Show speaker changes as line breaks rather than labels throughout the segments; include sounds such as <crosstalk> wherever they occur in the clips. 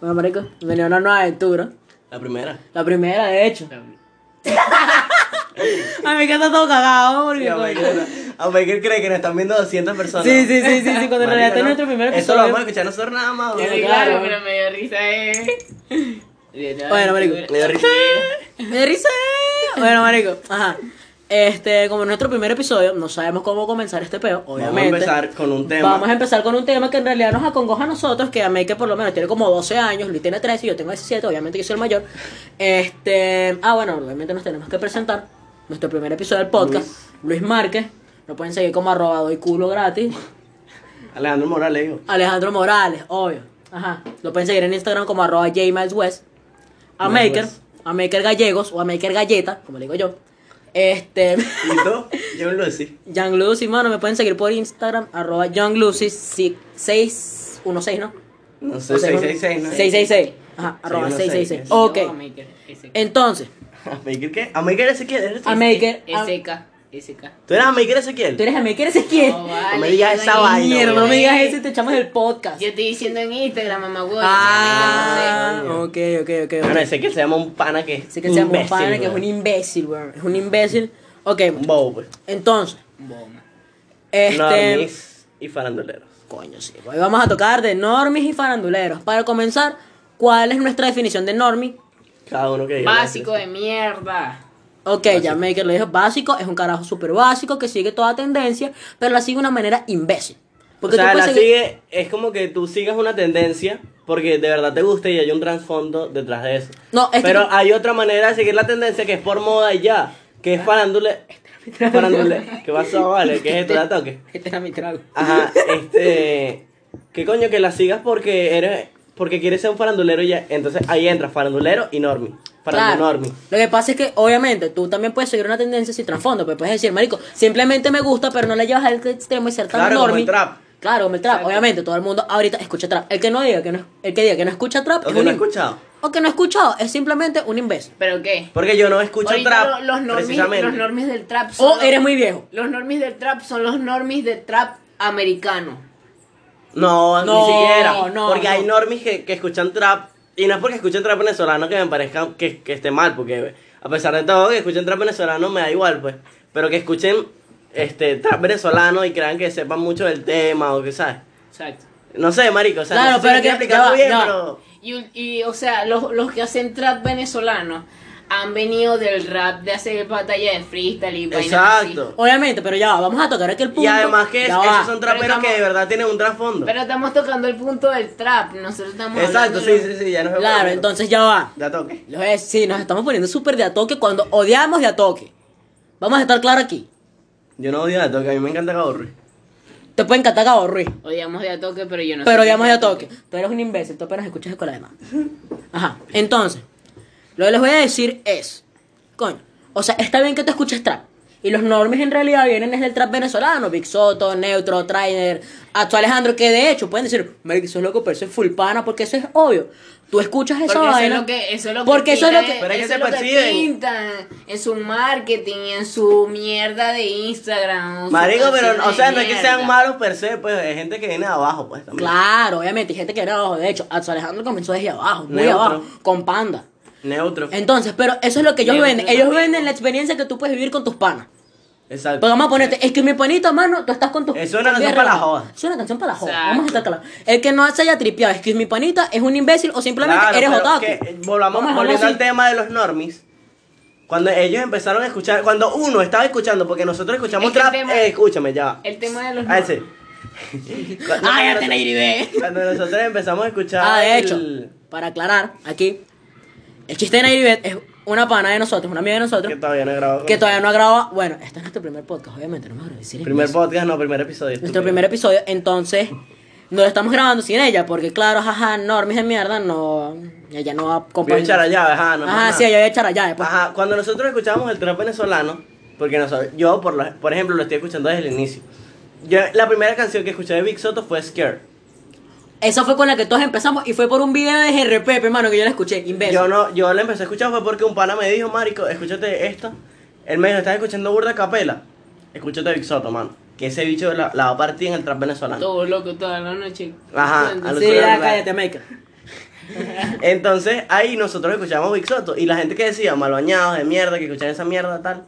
Bueno, marico, venía una nueva aventura.
La primera.
La primera, de hecho. A mí que está todo cagado, porque...
Sí, a Baker- a Baker cree que nos están viendo 200 personas.
Sí, sí, sí, sí, sí, cuando en
Marico,
realidad este es
no.
nuestro primer episodio.
Esto lo vamos a escuchar nosotros nada más.
Yo
¿no?
sé,
claro.
claro, pero me dio risa, eh.
Bueno, marico.
Me dio risa.
Me dio risa. Bueno, marico, ajá. Este, como nuestro primer episodio, no sabemos cómo comenzar este peo,
Vamos a
obviamente.
empezar con un tema.
Vamos a empezar con un tema que en realidad nos acongoja a nosotros, que a mí que por lo menos tiene como 12 años, Luis tiene 13 y yo tengo 17, obviamente yo soy el mayor. Este, ah, bueno, obviamente nos tenemos que presentar nuestro primer episodio del podcast, Luis, Márquez. Lo pueden seguir como arroba doy culo gratis.
Alejandro Morales, hijo.
Alejandro Morales, obvio. Ajá. Lo pueden seguir en Instagram como arroba jmileswest. A
Miles
Maker,
West.
a Maker Gallegos o a Maker Galleta, como le digo yo. Este, <laughs>
¿Y tú? Yo no lo decía.
Young Lucy, mano, me pueden seguir por Instagram, arroba Young Lucy 616, ¿no?
No sé, 666, ¿no?
666. Ajá, arroba
616.
666. Ok.
A Maker, SK.
Entonces,
¿A Maker qué? ¿A Maker Ezequiel? ¿Eres tú?
a Maker. a-
SK. SK.
¿Tú eres a Maker Ezequiel?
¿Tú eres a Maker ese quién?
No, vale,
ah. <laughs> No me digas
yo
esa
estoy-
vaina,
Mierda, no me digas ese, te echamos el podcast.
Yo estoy diciendo en Instagram, mamá, güey.
Ah,
coño.
ok, ok, ok. ok.
Bueno, Ezequiel se llama un pana que.
Así que se llama un
imbécil,
padre que es un
güey.
imbécil, weón. Es un imbécil. Ok,
Un bobo, pues.
entonces,
Bomba.
este.
Normis y faranduleros.
Coño, sí. Hoy vamos a tocar de normis y faranduleros. Para comenzar, ¿cuál es nuestra definición de normi?
Cada uno que diga.
Básico eh. de mierda.
Ok, ya Maker lo dijo. Básico es un carajo súper básico que sigue toda tendencia, pero la sigue de una manera imbécil.
O sea,
tú
la
puedes seguir-
sigue. Es como que tú sigas una tendencia porque de verdad te gusta y hay un trasfondo detrás de eso.
No, es que
Pero
tú-
hay otra manera de seguir la tendencia que es por moda y ya. Que es farandule. Farandule. ¿Qué pasó, vale? ¿Qué es esto? ¿La toque?
Este era mi trago.
Ajá, este. ¿Qué coño? Que la sigas porque eres. Porque quieres ser un farandulero y ya. Entonces ahí entra farandulero y normi. Farandunormi.
Claro. Lo que pasa es que, obviamente, tú también puedes seguir una tendencia sin trasfondo. Pero puedes decir, marico, simplemente me gusta, pero no le llevas al extremo y ser tan
Claro, como
normie.
el trap.
Claro, como el trap. Obviamente, todo el mundo ahorita escucha trap. El que no diga que no, el que diga que no escucha trap
¿O
es
que
un
no he
im-
escuchado?
O que no ha escuchado, es simplemente un imbécil.
¿Pero qué?
Porque yo no escucho
Ahorita
trap.
lo- los, normis,
precisamente. Oh,
los normis del trap son
O
los-
eres muy viejo.
Los normis del trap son los normis del trap americano.
No,
No,
ni siquiera.
no,
porque
no.
hay normis que, que escuchan trap. Y no es porque escuchen trap venezolano que me parezca que, que esté mal, porque a pesar de todo que escuchen trap venezolano me da igual, pues. Pero que escuchen este trap venezolano y crean que sepan mucho del tema o que sabes.
Exacto.
No sé, marico, o sea,
Claro,
no sé si
pero
lo estoy
que-
explicando
ya va,
bien,
ya va.
pero
Y, y, o sea, los, los que hacen trap venezolano han venido del rap de hacer batalla de freestyle y vainas
Exacto.
así.
Obviamente, pero ya va, vamos a tocar aquí el punto.
y además que es-
Ya va.
esos son
Pero
traperos que
estamos-
de verdad tienen un trasfondo.
Pero estamos tocando el punto del trap, nosotros estamos
Exacto,
hablando
sí,
de-
sí, sí, ya nos vemos.
Claro, entonces ya va.
Ya toque.
Los es- sí, nos estamos poniendo súper de a toque cuando odiamos de a toque. Vamos a estar claros aquí.
Yo no odio a toque, a mí me encanta Gabo Ruiz.
Te pueden catar Gabo Ruiz.
Odiamos de a toque, pero yo no sé
Pero
qué
digamos
es
ya toque. Tú eres un imbécil, tú apenas escuchas escuela de nada. Ajá. Entonces, lo que les voy a decir es, coño, o sea, está bien que te escuches trap. Y los normes en realidad vienen desde el trap venezolano, Big Soto, Neutro, Trainer, Acto Alejandro, que de hecho pueden decir, Mary, eso es loco, pero eso es full pana, porque eso es obvio. Tú escuchas esa
Porque eso es
vaina.
lo que, eso es lo que
porque eso es lo
pintan,
que-
Pero es que
eso
se
es lo
perciben.
pintan en su marketing y en su mierda de Instagram. su
Marico, pero,
canción
o sea,
de
no es que
mierda.
sean malos per se, pues hay gente que viene de abajo, pues también.
Claro, obviamente, hay gente que era abajo. De hecho, Acto Alejandro comenzó desde abajo, muy
Neutro.
abajo, con panda.
Neutro.
Entonces, pero eso es lo que ellos
Neutro
venden. Ellos
también.
venden la experiencia que tú puedes vivir con tus panas.
Exacto.
Pero vamos a ponerte, es que mi panita, mano, tú estás con tu.
Es una
con
canción
tu-
para la joda.
Es una canción para la joda.
Exacto.
Vamos a estar claros. El que no se haya tripeado, es que mi panita es un imbécil o simplemente
Claro,
eres
pero
otaku.
que, eh, volvamos-
Vamos a dejarlo
volviendo
así.
al tema de los normis. Cuando ellos empezaron a escuchar, cuando uno estaba escuchando, porque nosotros escuchamos
Es que el
trap,
tema-
eh, escúchame, ya. va.
El tema de los
Ah, ese.
<laughs>
Cuando-
Ah, ya te la llevé.
Cuando nosotros empezamos a escuchar.
Ah, de hecho,
el-
para aclarar, aquí, el chiste de Nairibet es una pana de nosotros, una amiga de
que
nosotros,
todavía no he grabado.
que todavía no ha grabado. Bueno, este es nuestro primer podcast, obviamente, no me voy a decir
Primer podcast, no, primer episodio.
nuestro
estúpido.
primer episodio, entonces no lo estamos grabando sin ella, porque claro, jaja, normis de mierda, no, ella no va a
Voy a
acompañar.
echar allá, ajá, no.
Ajá,
más
sí,
nada.
ella va a echar allá, después.
Ajá, cuando nosotros escuchamos el trap venezolano, porque nosotros, yo, por, lo- por ejemplo, lo estoy escuchando desde el inicio. Yo, la primera canción que escuché de Big Soto fue Scare.
Esa fue con la que todos empezamos y fue por un video de GRP, hermano, que yo la escuché, imbécil.
Yo no, yo la empecé a escuchar fue porque un pana me dijo, marico, escúchate esto. Él me dijo, estás escuchando burda capela. Escúchate Big Soto, mano. que ese bicho la, la va a partir en el trap venezolano.
Todo loco toda la noche.
Ajá,
Cuando-
al
Sí,
otro
ya,
lado.
cállate, Meika.
Entonces, ahí nosotros escuchábamos Big Soto. Y la gente que decía, malbañados de mierda, que escuchan esa mierda, tal.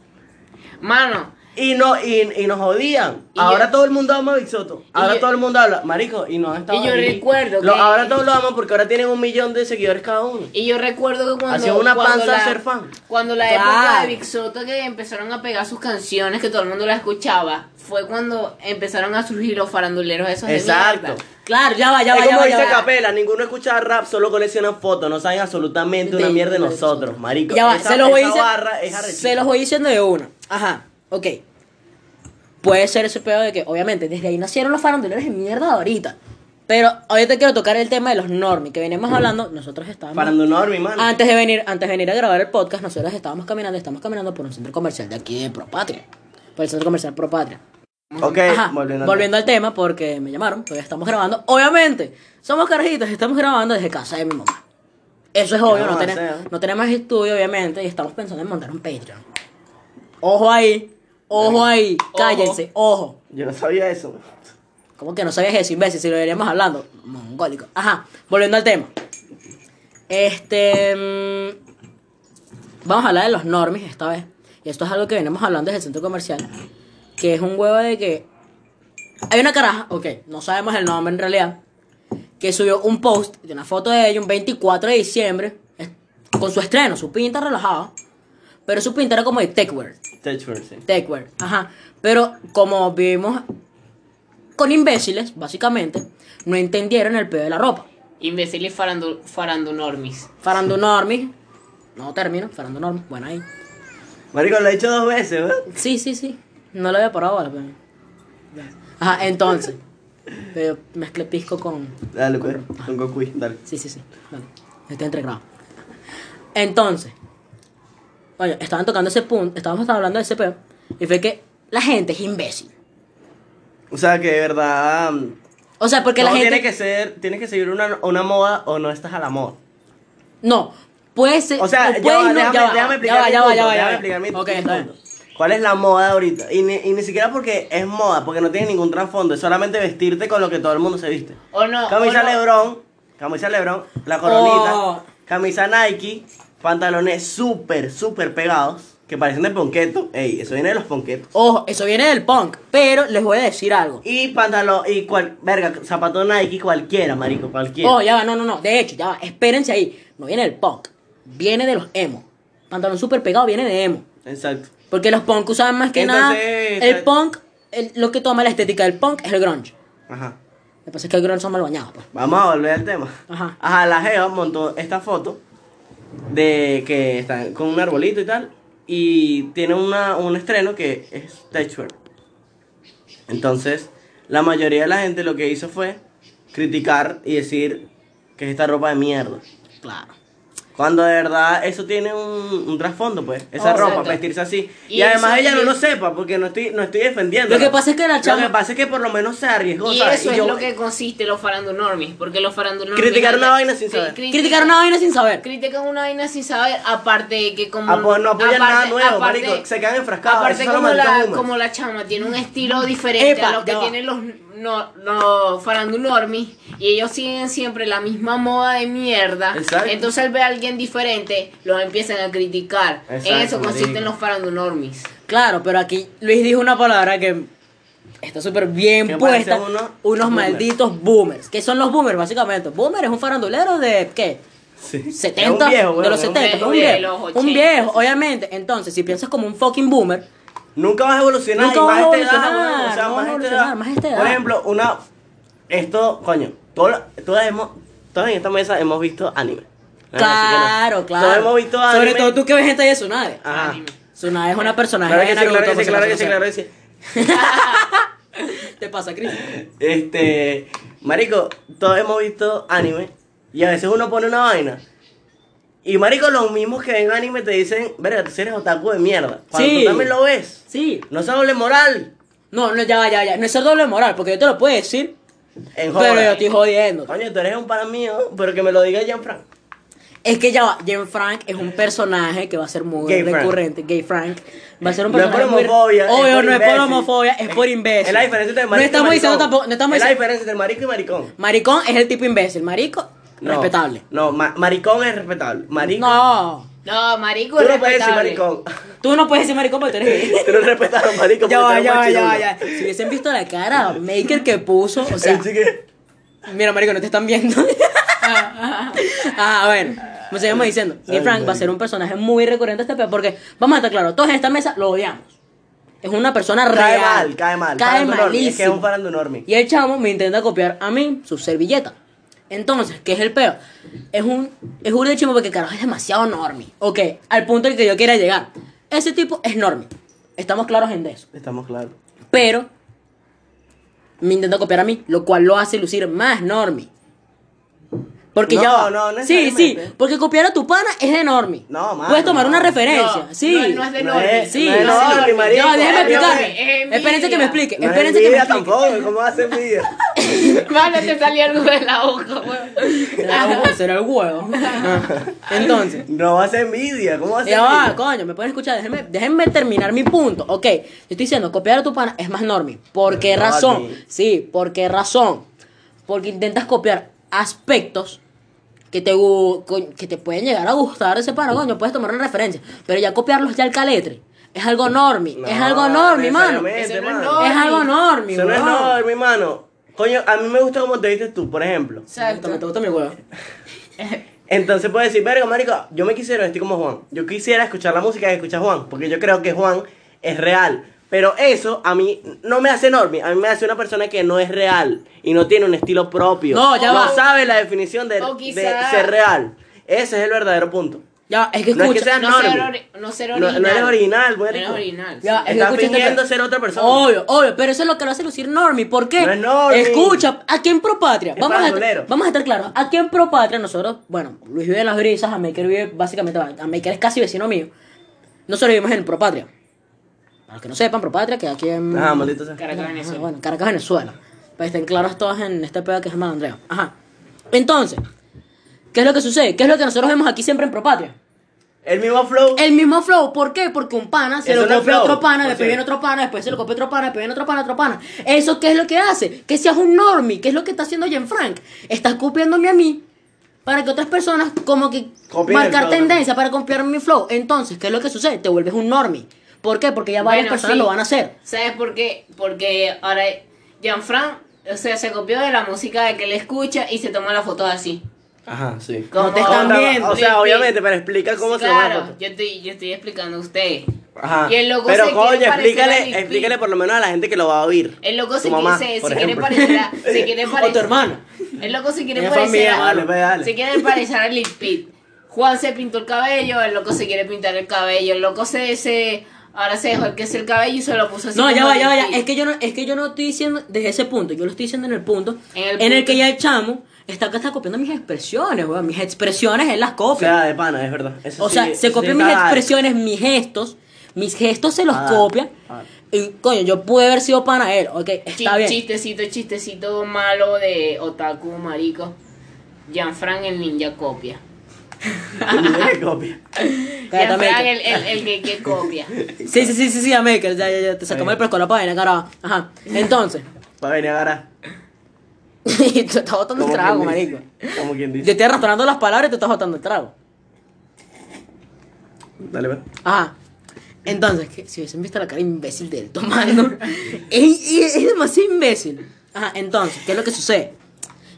Mano,
Y, no, y, y nos jodían.
Y
ahora
yo-
todo el mundo ama a Big Soto. Ahora
yo-
todo el mundo habla. Marico, y no han estado
Y yo
ahí.
recuerdo
Lo-
que-
Ahora todos lo aman porque ahora tienen un millón de seguidores cada uno.
y yo recuerdo que cuando.
Hacía una
cuando
panza
la-
ser fan.
Cuando la
Claro.
época de Big Soto que empezaron a pegar sus canciones, que todo el mundo las escuchaba, fue cuando empezaron a surgir los faranduleros esos de
Exacto.
mierda.
Claro, ya va, ya
es
va, ya
como
va,
dice
ya va.
Capela, ninguno escucha rap, solo coleccionan fotos, no saben absolutamente una
De-
mierda de
de-
nosotros, marico.
Ya va,
Esa-
se los voy
esa
diciendo.
barra es arrechísima.
Se los voy diciendo de una. Ajá, ok. Puede ser ese pedo de que, obviamente, desde ahí nacieron los faranduleros de mierda ahorita. Pero hoy te quiero tocar el tema de los normies que veníamos hablando. Nosotros estábamos.
Farandulor, mi mano.
Antes de venir, antes de venir a grabar el podcast, nosotros estábamos caminando, estamos caminando por un centro comercial de aquí de Propatria. Por el centro comercial Propatria.
ok,
Ajá,
volviendo.
volviendo,
al-
al tema, porque me llamaron, todavía estamos grabando. Obviamente, somos carjitos, estamos grabando desde casa de mi mamá. Eso es obvio, no,
vamos a
tenemos-
hacer?
no tenemos estudio, obviamente, y estamos pensando en montar un Patreon. Ojo ahí, ojo ahí, cállense, ojo.
Yo no sabía eso.
¿Cómo que no sabías eso, imbécil? Si lo veríamos hablando, mongólico. Ajá, volviendo al tema. Este. mm, Vamos a hablar de los normies esta vez. Y esto es algo que venimos hablando desde el centro comercial. Que es un huevo de que. Hay una caraja, ok, no sabemos el nombre en realidad. Que subió un post de una foto de ella un 24 de diciembre. es- Con su estreno, su pinta relajada. Pero su pinta era como de Techwear.
Touchword, sí.
Techwear, ajá. Pero como vivimos con imbéciles, básicamente, no entendieron el pedo de la ropa.
Imbéciles farandu, farandunormis.
Farandunormis, no termino, farandunormis, bueno ahí.
Marico, lo he hecho dos veces, ¿verdad?
Sí, sí, sí, no lo había parado ahora, pero... Ajá,
<laughs>
entonces, pero mezclé pisco con...
Dale, pues. Con Goku, dale.
Sí, sí, sí, vale, estoy entregado. Entonces, oye, estaban tocando ese punto, estábamos hablando de ese pedo, y fue que la gente es imbécil.
O sea, que de verdad. um,
O sea, porque
todo
la gente...
tiene que ser, tiene que seguir una, una moda o no estás a la moda.
No, puede ser.
O sea,
puedes
ya va,
no,
déjame,
ya va, ya
déjame
va,
explicar
ya
mi
va,
punto,
ya va, ya
déjame
va.
explicar mi-
Ok,
mi
está bien.
punto. ¿Cuál es la moda ahorita? Y ni, y ni siquiera porque es moda, porque no tiene ningún trasfondo, es solamente vestirte con lo que todo el mundo se viste.
O no.
Camisa
o no.
Lebron, camisa Lebron, la coronita,
Oh.
camisa Nike, pantalones súper, súper pegados, que parecen de ponqueto. Ey, eso viene de los ponquetos.
Ojo, eso viene del punk, pero les voy a decir algo.
Y pantalón, y cual, verga, zapato Nike cualquiera, marico, cualquiera.
Oh, ya va, no, no, no. De hecho, ya va, espérense ahí. No viene del punk, viene de los emo. Pantalón súper pegado viene de emo.
Exacto.
Porque los punk usaban más que nada.
Entonces,
El
eh,
punk, el- lo que toma la estética del punk es el grunge.
Ajá.
Lo que pasa es que el grunge son mal bañados, pues.
Vamos a volver al tema.
Ajá.
Ajá, la Geo montó esta foto de que está con un arbolito y tal. Y tiene una, un estreno que es Touchwear. Entonces, la mayoría de la gente lo que hizo fue criticar y decir que es esta ropa de mierda.
Claro.
Cuando de verdad eso tiene un, un trasfondo, pues. Esa
Oh,
ropa,
exacto.
vestirse así. Y,
Y
además
eso-
ella no
y-
lo sepa, porque no estoy, no estoy defendiendo.
Lo que pasa es que la chama-
Lo que pasa es que por lo menos se arriesgó,
Y
¿sabes?
eso
Y
es
yo-
lo que consiste los farandunormis. Porque los farandunormis.
Criticar una vaina sin saber.
critican-
Criticar una vaina sin saber.
Critican una vaina sin saber, aparte de que como...
Apo- Ah, pues no apoyan
aparte-
nada nuevo,
aparte-
marico, se quedan enfrascados,
Aparte
esos son
como
los
la,
malditos boomers.
como la chama tiene un estilo diferente
Epa,
a lo que
ya va.
tienen los, no, los farandunormis y ellos siguen siempre la misma moda de mierda.
Exacto.
Entonces al ver a alguien diferente, los empiezan a criticar. en
Exacto,
eso consisten
marico.
los farandunormis.
Claro, pero aquí Luis dijo una palabra que está súper bien
Que
puesta.
parece uno-
unos
boomer.
malditos boomers. ¿Qué son los boomers, básicamente? Boomer es un farandulero de, ¿qué?
Sí.
70,
Es un viejo,
de
weón,
los
es un
70,
viejo.
un
De
viejo,
los
un
80,
viejo,
sí.
obviamente. Entonces, si piensas como un fucking boomer,
Nunca vas a evolucionar.
Nunca
y
vas
más
a
esta edad,
evolucionar,
weón, o sea,
no vas
más
a
esta
evolucionar,
edad.
más esta edad.
Por ejemplo, una. Esto, coño. todo la- todas, hemos, todas en esta mesa hemos visto anime. Ah, así que
claro,
no.
claro.
Todos hemos visto anime.
Sobre todo tú que ves gente de Tsunade.
Ajá.
Anime.
Tsunade es una personaje
Claro que
de
sí, claro
Naruto,
que sí,
por
claro
si
que
acaso
sí, claro
no
que sí.
sabes. ¿Te pasa, Chris?
Este, marico, todos hemos visto anime y a veces uno pone una vaina. Y marico, los mismos que ven anime te dicen, verga, tú sí eres otaku de mierda. Cuando
Sí.
tú también lo ves.
Sí.
No se doble moral.
No, no, ya, va, ya, va, ya. No es ser doble moral, porque yo te lo puedo decir,
En
pero yo
joda.
estoy jodiendo.
Coño, tú eres un pana mío, pero que me lo diga Gianfranco.
Es que ya va, Jen Frank es un personaje que va a ser muy
Gay Frank.
recurrente. Gay Frank va a ser un
No es por
personaje. muy-
homofobia, es
Obvio,
por
no es por
imbécil.
homofobia, es por imbécil.
Es la diferencia entre marico
No
y
estamos diciendo
maricón.
tampoco. No estamos
Es la
diciendo.
diferencia entre marico y maricón.
Maricón es el tipo imbécil. Marico,
No,
respetable.
No, ma- maricón es respetable. Marico.
No.
No, marico
Tú
es
no puedes decir
respetable.
maricón.
Tú no puedes decir maricón porque tú eres gay.
Tú no respetas a los maricos.
Ya va,
porque tú eres
ya va, ya va,
machirulo.
ya. Si hubiesen visto la cara Maker que puso, o sea,
El chique-
mira, marico, no te están viendo. <laughs> ah, bueno, como seguimos diciendo, Gay
Ay,
Frank va a ser un personaje muy recurrente a este peor porque vamos a estar claros, todos en esta mesa lo odiamos. Es una persona
Cae
real.
mal, cae mal.
Cae
Farándula enorme, Es que es un
malísimo.
farando enorme.
Y el chamo me intenta copiar a mí su servilleta. Entonces, ¿qué es el peor? Es un es un de chimo porque carajo es demasiado normie. Ok, al punto al que yo quiera llegar. Ese tipo es normie. Estamos claros en eso.
Estamos claros.
Pero me intenta copiar a mí, lo cual lo hace lucir más normie. Porque
No,
ya va.
no, no
sí, sí,
necesariamente.
porque copiar a tu pana es de normie.
No, mano,
Puedes tomar
no.
una referencia.
No,
sí.
no, no es de
No
norte.
es-
Sí,
no es
no,
normie,
sí.
marico.
Ya va, déjame
Es
explicarme.
envidia.
Espérense que me explique.
No es
Espérense que me
envidia
explique.
tampoco, ¿cómo va a ser envidia?
<laughs> Mano, te salió algo de la boca,
<laughs>
weón.
Será el hue- Ah, será el huevo. Entonces.
No va a ser envidia, ¿cómo va a ser
Ya va,
envidia?
coño, me pueden escuchar, déjenme, déjenme terminar mi punto. Ok, yo estoy diciendo, copiar a tu pana es más normie. ¿Por qué
Normie.
razón? Sí, ¿por qué razón? Porque intentas copiar aspectos que te, gu- co- que te pueden llegar a gustar de ese pana, coño, puedes tomar una referencia. Pero ya copiarlos ya al caletre. Es algo normie, es
No,
algo normie, mano.
necesariamente,
Eso no es
mano.
normal.
Es algo normie,
Eso no es
weón.
normal, mi hermano. Coño, a mí me gusta cómo te dices tú, por ejemplo.
Exacto. Me
Exacto.
gusta mi huevo.
Entonces puedes decir, verga, marico, yo me quisiera vestir como Juan. Yo quisiera escuchar la música que escucha Juan, porque yo creo que Juan es real. Pero eso a mí no me hace enorme, a mí me hace una persona que no es real y no tiene un estilo propio.
No, ya va.
sabe la definición de,
O
de
quizá-
ser real. Ese es el verdadero punto.
Ya, es que
No es que
escucha.
sea
No ser,
normie.
ori- no ser
No- no
original.
eres original, güey,
No eres
rico.
original.
Ya, es que
Estás
escucha este
fingiendo
pe-
ser otra persona.
Obvio, obvio, pero eso es lo que lo hace lucir Normie. ¿Por qué?
No es normie.
Escucha, aquí en Propatria,
Es
vamos a,
farandulero.
vamos a estar claros. Aquí en Propatria, nosotros, bueno, Luis vive en las brisas, a Maker vive básicamente, a Maker es casi vecino mío. Nosotros vivimos en Propatria. Para los que no sepan, Propatria, que aquí en.
Ah, maldito sea.
Caracas, Venezuela.
Ajá, Bueno, Caracas, Venezuela. Para que estén claros todas en este pedo que es malandreo. Ajá. Entonces, ¿qué es lo que sucede? ¿Qué es lo que nosotros vemos aquí siempre en Propatria?
El mismo flow.
El mismo flow, ¿por qué? Porque un pana se
Eso
lo
no es
copia a
flow,
otro pana,
por
después viene
cierto.
otro pana, después se lo copia otro pana, después viene otro pana, otro pana. ¿Eso qué es lo que hace? Que seas un normie, ¿qué es lo que está haciendo Jen Frank? Estás copiándome a mí para que otras personas como que
Copien el
marcar
flow.
tendencia para copiar mi flow. Entonces, ¿qué es lo que sucede? Te vuelves un normie. ¿Por qué? Porque ya varias
Bueno,
personas
sí.
lo van a hacer.
¿Sabes por qué? Porque ahora Gianfran, o sea, se copió de la música de que le escucha y se tomó la foto así.
Ajá, sí.
No te están
Otra-
viendo.
O sea, obviamente, pero explica cómo se va a
Claro,
foto.
yo estoy, yo estoy explicando a ustedes.
Ajá.
Y el loco
pero
se quiere
coño,
parecer a Lil
explícale,
Peep.
explícale por lo menos a la gente que lo va a oír.
El loco
Tu
se,
mamá,
quiere, se,
por
se quiere
ejemplo.
parecer
<laughs>
a, se quiere
O tu
parecer
hermano.
El loco se quiere
Es
parecer
familia,
a,
dale, ve, pues, dale.
se quiere parecer a Lil Peep. Juan se pintó el cabello, el loco se quiere pintar el cabello, el loco se, se ahora se dejó el que es el cabello y se lo puso así.
No, ya
como
va, ya va,
Lil
ya.
Peep.
Es que yo no, es que yo no estoy diciendo desde ese punto. Yo lo estoy diciendo en el punto en
En
el,
el punto.
que ya el chamo está, está copiando mis expresiones, weón. Mis expresiones él las
O
copia.
sea, de pana, es verdad. Eso
O
sí-
sea, se
eso
copian
sí
mis
está-
expresiones, mis gestos. Mis gestos se los
Ah,
copia.
ah.
Y coño, yo pude haber sido pana él. Ok,
Chi-
está bien.
Chistecito, chistecito malo de otaku, marico. Gianfran el ninja copia.
<laughs> Mira, copia.
Cállate,
Gianfran
Maker.
el, el, el que,
<laughs>
que copia.
Sí, sí, sí, sí, sí, a Maker. Ya, ya, ya. Te sacamos
bien.
el fresco la página, cara. Ajá. Entonces. <laughs>
Para venir ahora.
te estás botando el trago, marico.
Como quien
Yo
dice.
estoy arrastrando las palabras y te estás botando el trago.
Dale, pues. ve.
Ajá. Ah, Entonces, que si hubiesen visto la cara imbécil de él tomando, es, es- es demasiado imbécil. Ajá, entonces, ¿qué es lo que sucede?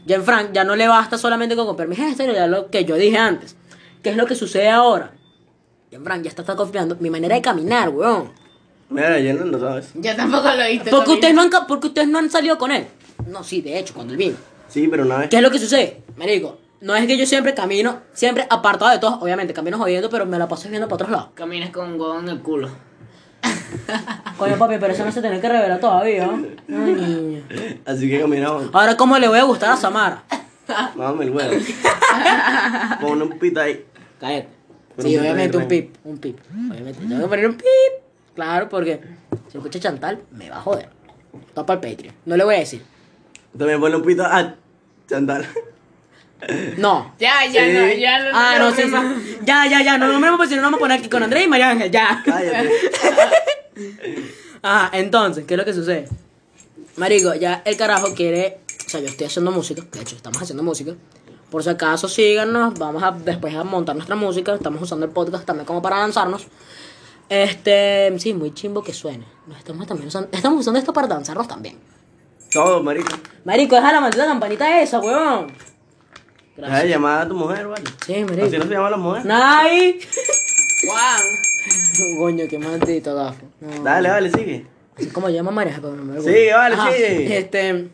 Jen Frank ya no le basta solamente con copiar mis gestos, ya lo que yo dije antes. ¿Qué es lo que sucede ahora? Jen Frank ya está, está copiando mi manera de caminar, weón.
Mira, yo no lo sabes.
Yo tampoco lo he visto.
Porque
también.
ustedes, no han, ca- porque ustedes no han salido con él. No, sí, de hecho, cuando él vino.
Sí, pero una vez.
¿Qué es lo que sucede? Marico, no es que yo siempre camino, siempre apartado de todos, obviamente, camino jodiendo, pero me la paso viendo para otros lados.
Caminas con un huevo en el culo.
Coño, papi, pero eso no se tiene que revelar todavía. <laughs> ¿no? Ay, niño.
Así que caminamos.
Ahora, ¿cómo le voy a gustar a Samara? Ah.
Mámame el
<laughs>
huevo. Pon un pita ahí.
Cállate.
Pero
Sí,
un
obviamente un
pip,
pip, un pip. Obviamente, tengo que poner un pip. Claro, porque si lo escucha Chantal, me va a joder. Topa el Patreon. No le voy a decir.
También ponle un pita a Chantal.
No.
Ya, ya
Sí.
no, ya no.
Ah, <laughs> no, sí,
sé
sí. Ya, ya, ya. No nombremos porque si no nos vamos a poner aquí con Andrés y María Ángel. Ya.
<laughs> Cállate.
Ajá, entonces, ¿qué es lo que sucede? Marico, ya el carajo quiere. O sea, yo estoy haciendo música. De hecho, estamos haciendo música. Por si acaso, síganos. Vamos a después a montar nuestra música. Estamos usando el podcast también como para lanzarnos. Este, sí, muy chimbo que suene. Nos estamos también usando, estamos usando esto para danzarnos también.
Todo, marico.
Marico, deja la maldita campanita esa, huevón.
Deja
Gracias.
de llamar a tu mujer, vale.
Sí,
Así no
marico.
se llama la mujer.
Nay.
Juan.
<laughs> Coño, qué maldito gafo. No.
Dale, vale, sigue.
Así como llama María, pero no me acuerdo.
Sigue, vale,
Ajá,
sigue.
Este.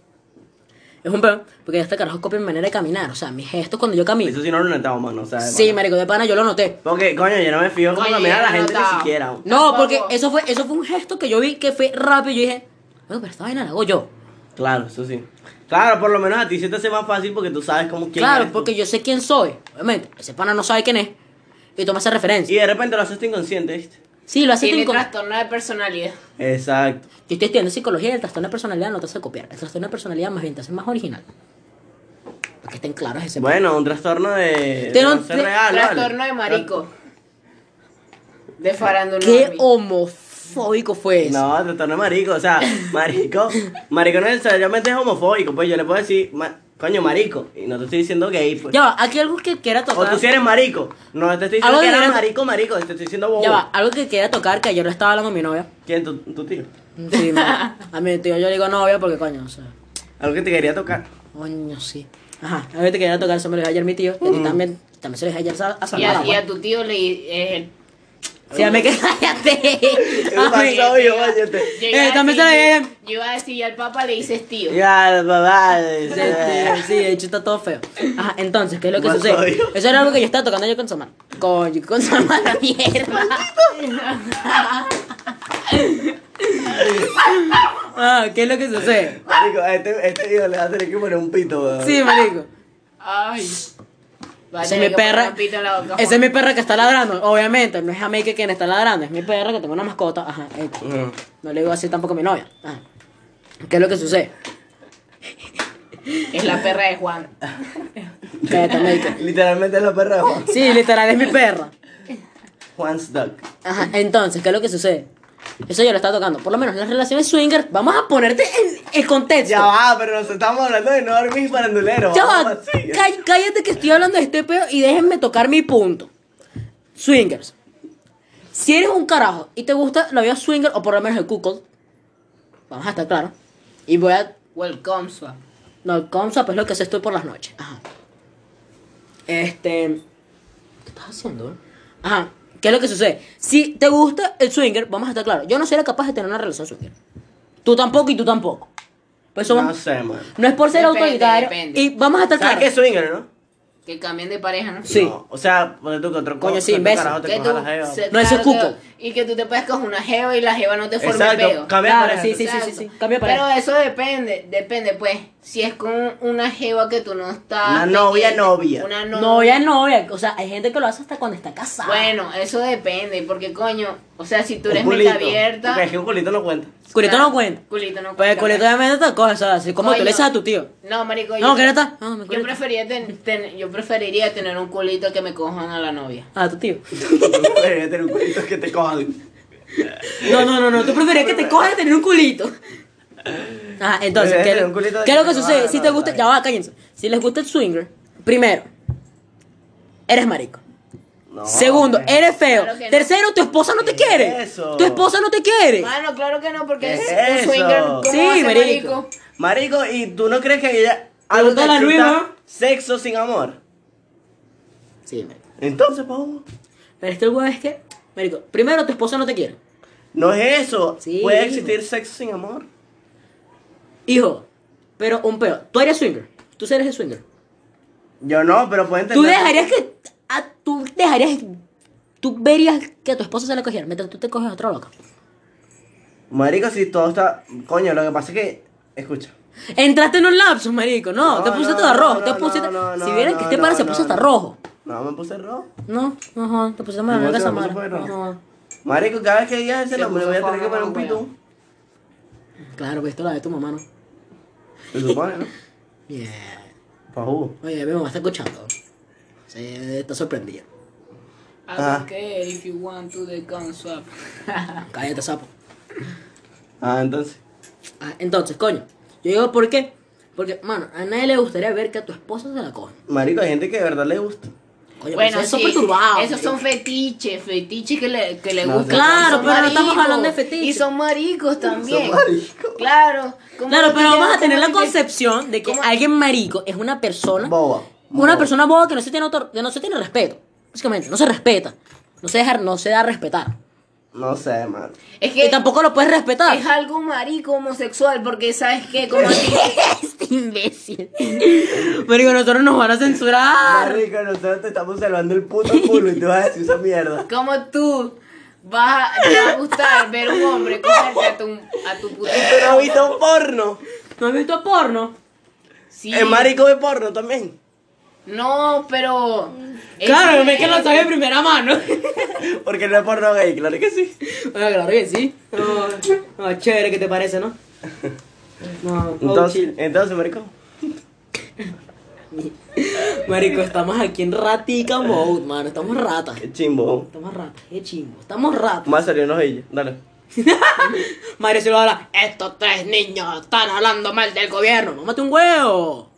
Es un peor, porque este carajo copia mi manera de caminar. O sea, mis gestos cuando yo camino.
Eso sí no lo notamos, mano. O sea,
Sí,
mano.
marico, de pana yo lo noté.
Porque, coño, yo no me fío cómo
Coño,
caminar a
yo
la
no
gente ni
notaba.
siquiera. aún.
No,
Tampoco.
porque eso fue, eso fue un gesto que yo vi que fue rápido. y Yo dije, bueno, pero esta vaina la hago yo.
Claro, eso sí. Claro, por lo menos a ti se te hace más fácil porque tú sabes cómo quién
Claro,
eres tú.
porque yo sé quién soy. Obviamente, ese pana no sabe quién es. Y toma esa
Y
referencia.
de repente lo haces inconsciente, ¿viste?
Sí, lo hace
Tiene
cinco.
trastorno de personalidad.
Exacto.
Yo estoy estudiando psicología y el trastorno de personalidad no te hace copiar. El trastorno de personalidad más bien te hace más original. Para que estén claros ese punto.
Bueno, un trastorno de.
Te no-
de ser
te-
real, ¿vale?
trastorno de marico. De farándula.
¿Qué homofóbico fue eso?
No, trastorno de marico,
<laughs>
o sea, marico, marico no necesariamente es homofóbico, pues yo le puedo decir, ma- coño, marico, y no te estoy diciendo gay, pues.
Ya va, aquí algo que quiera
o
tocar.
tú si eres marico, no te estoy
Algo
diciendo que
de
eres
verdad-
marico, marico, te estoy diciendo bobo.
Ya va, algo que quiera tocar que ayer lo estaba hablando con mi novia.
¿Quién? ¿Tu, tu tío?
Sí, me- a mi tío yo le digo novia porque coño, o sea,
Algo que te quería tocar.
coño sí. Ajá, algo que quería tocar se me lo dije ayer mi tío, que a ti también, también se lo dije ayer a, a
Y
Salvador.
a, y a tu tío le es el
Sí, a mí que cállate.
¿Qué
A mí-
pasó, yo, váyate?
Yo iba a
Eh, también
decir-
se le-
Yo iba a decir, ya al papá le dices tío.
Ya, papá.
Sí, sí, sí, de hecho está todo feo. Ajá, entonces, ¿qué es lo que
Más
sucede?
jodido.
Eso era algo que yo estaba tocando yo con Samar. Coño, con Samar la mierda. ah, ¿qué es lo que sucede?
Marico, a este, este tío le va a tener que poner un pito, weón.
Sí, marico.
Ay. Va
Esa
a
es
tener
mi
que poner
perra.
un pito en la boca,
Esa es
Juan.
mi perra que está ladrando. Obviamente, no es a Jamaica quien está ladrando, es mi perra que tengo una mascota. Ajá, eh,
Mm.
no le digo así tampoco a mi novia. Ajá. ¿Qué es lo que sucede?
Es la perra de Juan.
Cállate, Jamaica.
Literalmente es la perra de Juan.
Sí, literal, es mi perra.
Juan's Duck.
Ajá, entonces, ¿qué es lo que sucede? Eso ya lo está tocando. Por lo menos las relaciones swinger, vamos a ponerte en el contexto.
Ya va, pero nos estamos hablando de no dormir parandulero.
Ya
vamos,
va,
sigue.
cá- cállate que estoy hablando de este peo y déjenme tocar mi punto. Swingers. Si eres un carajo y te gusta la vida swinger o por lo menos el cuckold, vamos a estar claros. Y voy a
Welcome, Swap.
No, el consa, pues lo que haces tú por las noches. Ajá. Este. ¿Qué estás haciendo? Ajá. ¿Qué es lo que sucede? Si te gusta el swinger, vamos a estar claros. Yo no sería capaz de tener una relación swinger. Tú tampoco y tú tampoco. Pues somos.
No
No,
sé, man.
es por ser
Depende,
autoritario.
depende.
Y vamos a estar
¿Sabes
claros.
qué es swinger, no?
Que cambien de pareja, ¿no?
Sí.
No, o sea, poner tu control.
Coño, sí, imbécil.
carajo te
Que
coja
tú-
la jeva.
se-
No, eso es
claro,
cuco.
que- Y que tú te puedes coger una jeva y la jeva no te forme peo.
Exacto, cambia de
Claro,
pareja.
sí, sí. cambia de pareja.
Pero eso depende, depende, pues. Si es con una jeva que tú no estás.
Una novia,
pendiente,
novia.
Una
No, novia,
novia.
novia. O sea, hay gente que lo hace hasta cuando está casada.
Bueno, eso depende, porque coño, o sea, si tú
Un
eres
culito.
mente abierta.
Ok, es que un culito no
<laughs>
cuenta.
Culito
claro,
no cuenta.
Culito
Pues
no cuenta.
el culito obviamente te coge, o sea, así como tú
Coño.
le dices a tu tío.
No, marico.
No, que no está. Ah, me
yo,
culito.
preferiría ten- ten- yo preferiría tener un culito que me cojan a la novia.
A tu tío.
Debería tener un culito que te cojan.
No, no, no, no. Tú prefieres que te cojan a tener un culito. Ah, entonces, ¿qué,
Prefieres
es
tener
lo-
un culito de
qué es lo
que
que
te
sucede?
cojan,
Si
no,
te gusta,
está
ya va, cállense. Si les gusta el swinger, primero, eres marico.
No,
Segundo,
hombre.
eres feo.
Claro que no.
Tercero, tu esposa no te
¿Qué
quiere.
es eso?
Tu esposa no te quiere.
Mano, claro que no, porque
¿Qué
es
es
un swinger.
eso?
¿cómo
Sí,
va a ser,
marico.
Marico, ¿y tú no crees que ella.
Pregúntale a Luis,
disfruta
¿no?
Sexo sin amor.
Sí, marico.
Entonces, Pau.
Pero este huevo es que, marico, primero tu esposa no te quiere.
No es eso.
Sí.
Puede existir sexo sin amor.
Hijo, pero un peo. Tú eres swinger. Tú sí eres el swinger.
Yo no, pero puede entender.
Tú dejarías que. a- tú dejarías. Tú verías que a tu esposa se la cogiera mientras tú te coges a otra loca.
Marico, si todo está. Coño, lo que pasa es que. Escucha.
Entraste en un lapsus, marico. No, te pusiste todo rojo. te pusiste. si vieran que este
te
pana se puso hasta rojo.
No, me puse rojo.
No, no, jodas, te pusiste mal
No,
la
se me
Samara.
puso fue rojo.
No,
Marico, cada vez que digas ese
Se
nombre,
puso
voy a tener
fama,
que poner un
mamá,
pito.
claro, pues esto la de tu mamá, ¿no?
<laughs> Se supone, ¿no?
Bien.
Pajú.
Oye, mi mamá está escuchando. Se está sorprendida.
I
Ah.
don't care if you want to the gun swap.
Cállate, sapo.
Ah, entonces.
Ah, entonces, coño. Yo digo, ¿por qué? Porque, mano, a nadie le gustaría ver que a tu esposa se la cogen.
Marico, hay gente que de verdad le gusta.
Coño,
bueno,
pero eso es
sí,
perturbado.
esos son fetiches, fetiches que le, que le
No,
gustan.
claro,
Son
pero no estamos
maricos,
hablando de fetiches.
Y son maricos también.
Son maricos.
Claro. ¿cómo
Claro,
no te
pero vamos
quedas
a tener la
como que-
concepción de que
¿Cómo?
alguien marico es una persona.
Boba.
Una persona boba que no se tiene autor- que no se tiene respeto. Básicamente, no se respeta. No se deja, no se da a respetar.
No sé, man.
Es que
Y tampoco lo puedes respetar.
es algo marico homosexual, porque sabes que como a ti-
<laughs> este imbécil. <laughs> Marico, nosotros nos van a censurar.
Marico, nosotros te estamos salvando el puto culo y tú vas a decir esa mierda.
como tú vas a, te va a gustar ver un hombre cogerte a tu, a tu putito.
<laughs> Pero has visto porno.
¿No has visto porno?
Sí.
Eh,
El marico de porno también.
No, pero.
Claro, es que lo sabe de primera mano. <laughs>
Porque no es porno gay, claro que sí.
Bueno, claro que sí. No,
Oh.
no, chévere, ¿qué te parece,
<laughs>
no? No, todo
Entonces,
chill.
entonces marico.
Marico, estamos aquí en ratica mode, mano. Estamos ratas.
Qué chimbo.
Estamos ratas, qué chingo. Estamos ratas.
Más salió unos ellos. Dale.
Mario se lo habla. Estos tres niños están hablando mal del gobierno. Mámate un huevo.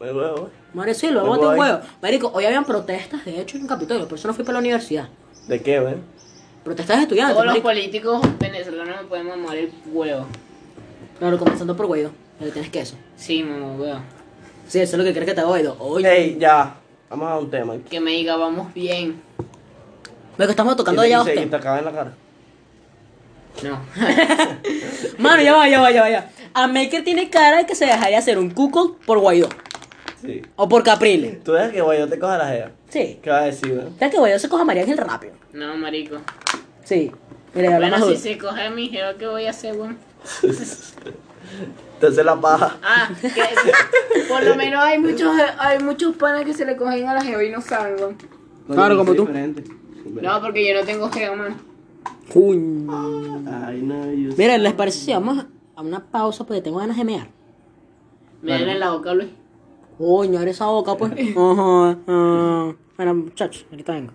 Me huevo.
Mario Silva,
Me
mámate un
voy.
huevo. Marico, hoy habían protestas, de hecho, en Capitolio. Por eso no fui para la universidad.
¿De qué, wey?
Protestas de estudiantes.
Todos los
marico.
políticos venezolanos me pueden mamar el huevo.
Claro, comenzando por Guaidó. Pero tienes queso.
Sí, mamá, huevo.
Sí, eso es lo que crees que te haga Guaidó. Oye.
Ey, ya. Vamos a un tema.
Que me diga, vamos bien.
Marico, estamos tocando
Y- y
ya
se-
usted.
y te acaba en la cara.
No.
Mano, ya va, ya va, ya va, ya. A Maker tiene cara de que se dejaría hacer un cuckold por Guaidó.
Sí.
O por Capriles.
Tú dejas que Guaidó te coja la jea.
Sí.
¿Qué vas a decir, wey?
¿Sabes que Guaidó se coja a María Ángel rápido?
No, marico.
Sí. Mira, ya habla más
Bueno, si
duro.
se coge a mi jeva, ¿qué voy a hacer, weón?
<laughs> Entonces la paja.
Ah, que <laughs> por lo menos hay muchos, hay muchos panas que se le cogen a la jeva y no saben, weón.
Claro, como
Sí,
tú.
diferente.
No, porque yo no tengo jeva, man.
Coño.
Ay, no, yo
Mira, ¿les parece si vamos a una pausa? Porque tengo ganas de mear.
Me dan en la boca, Luis.
Coño, abre esa boca, <laughs> pues. Ajá, ajá. Bueno, muchachos, ahorita vengo.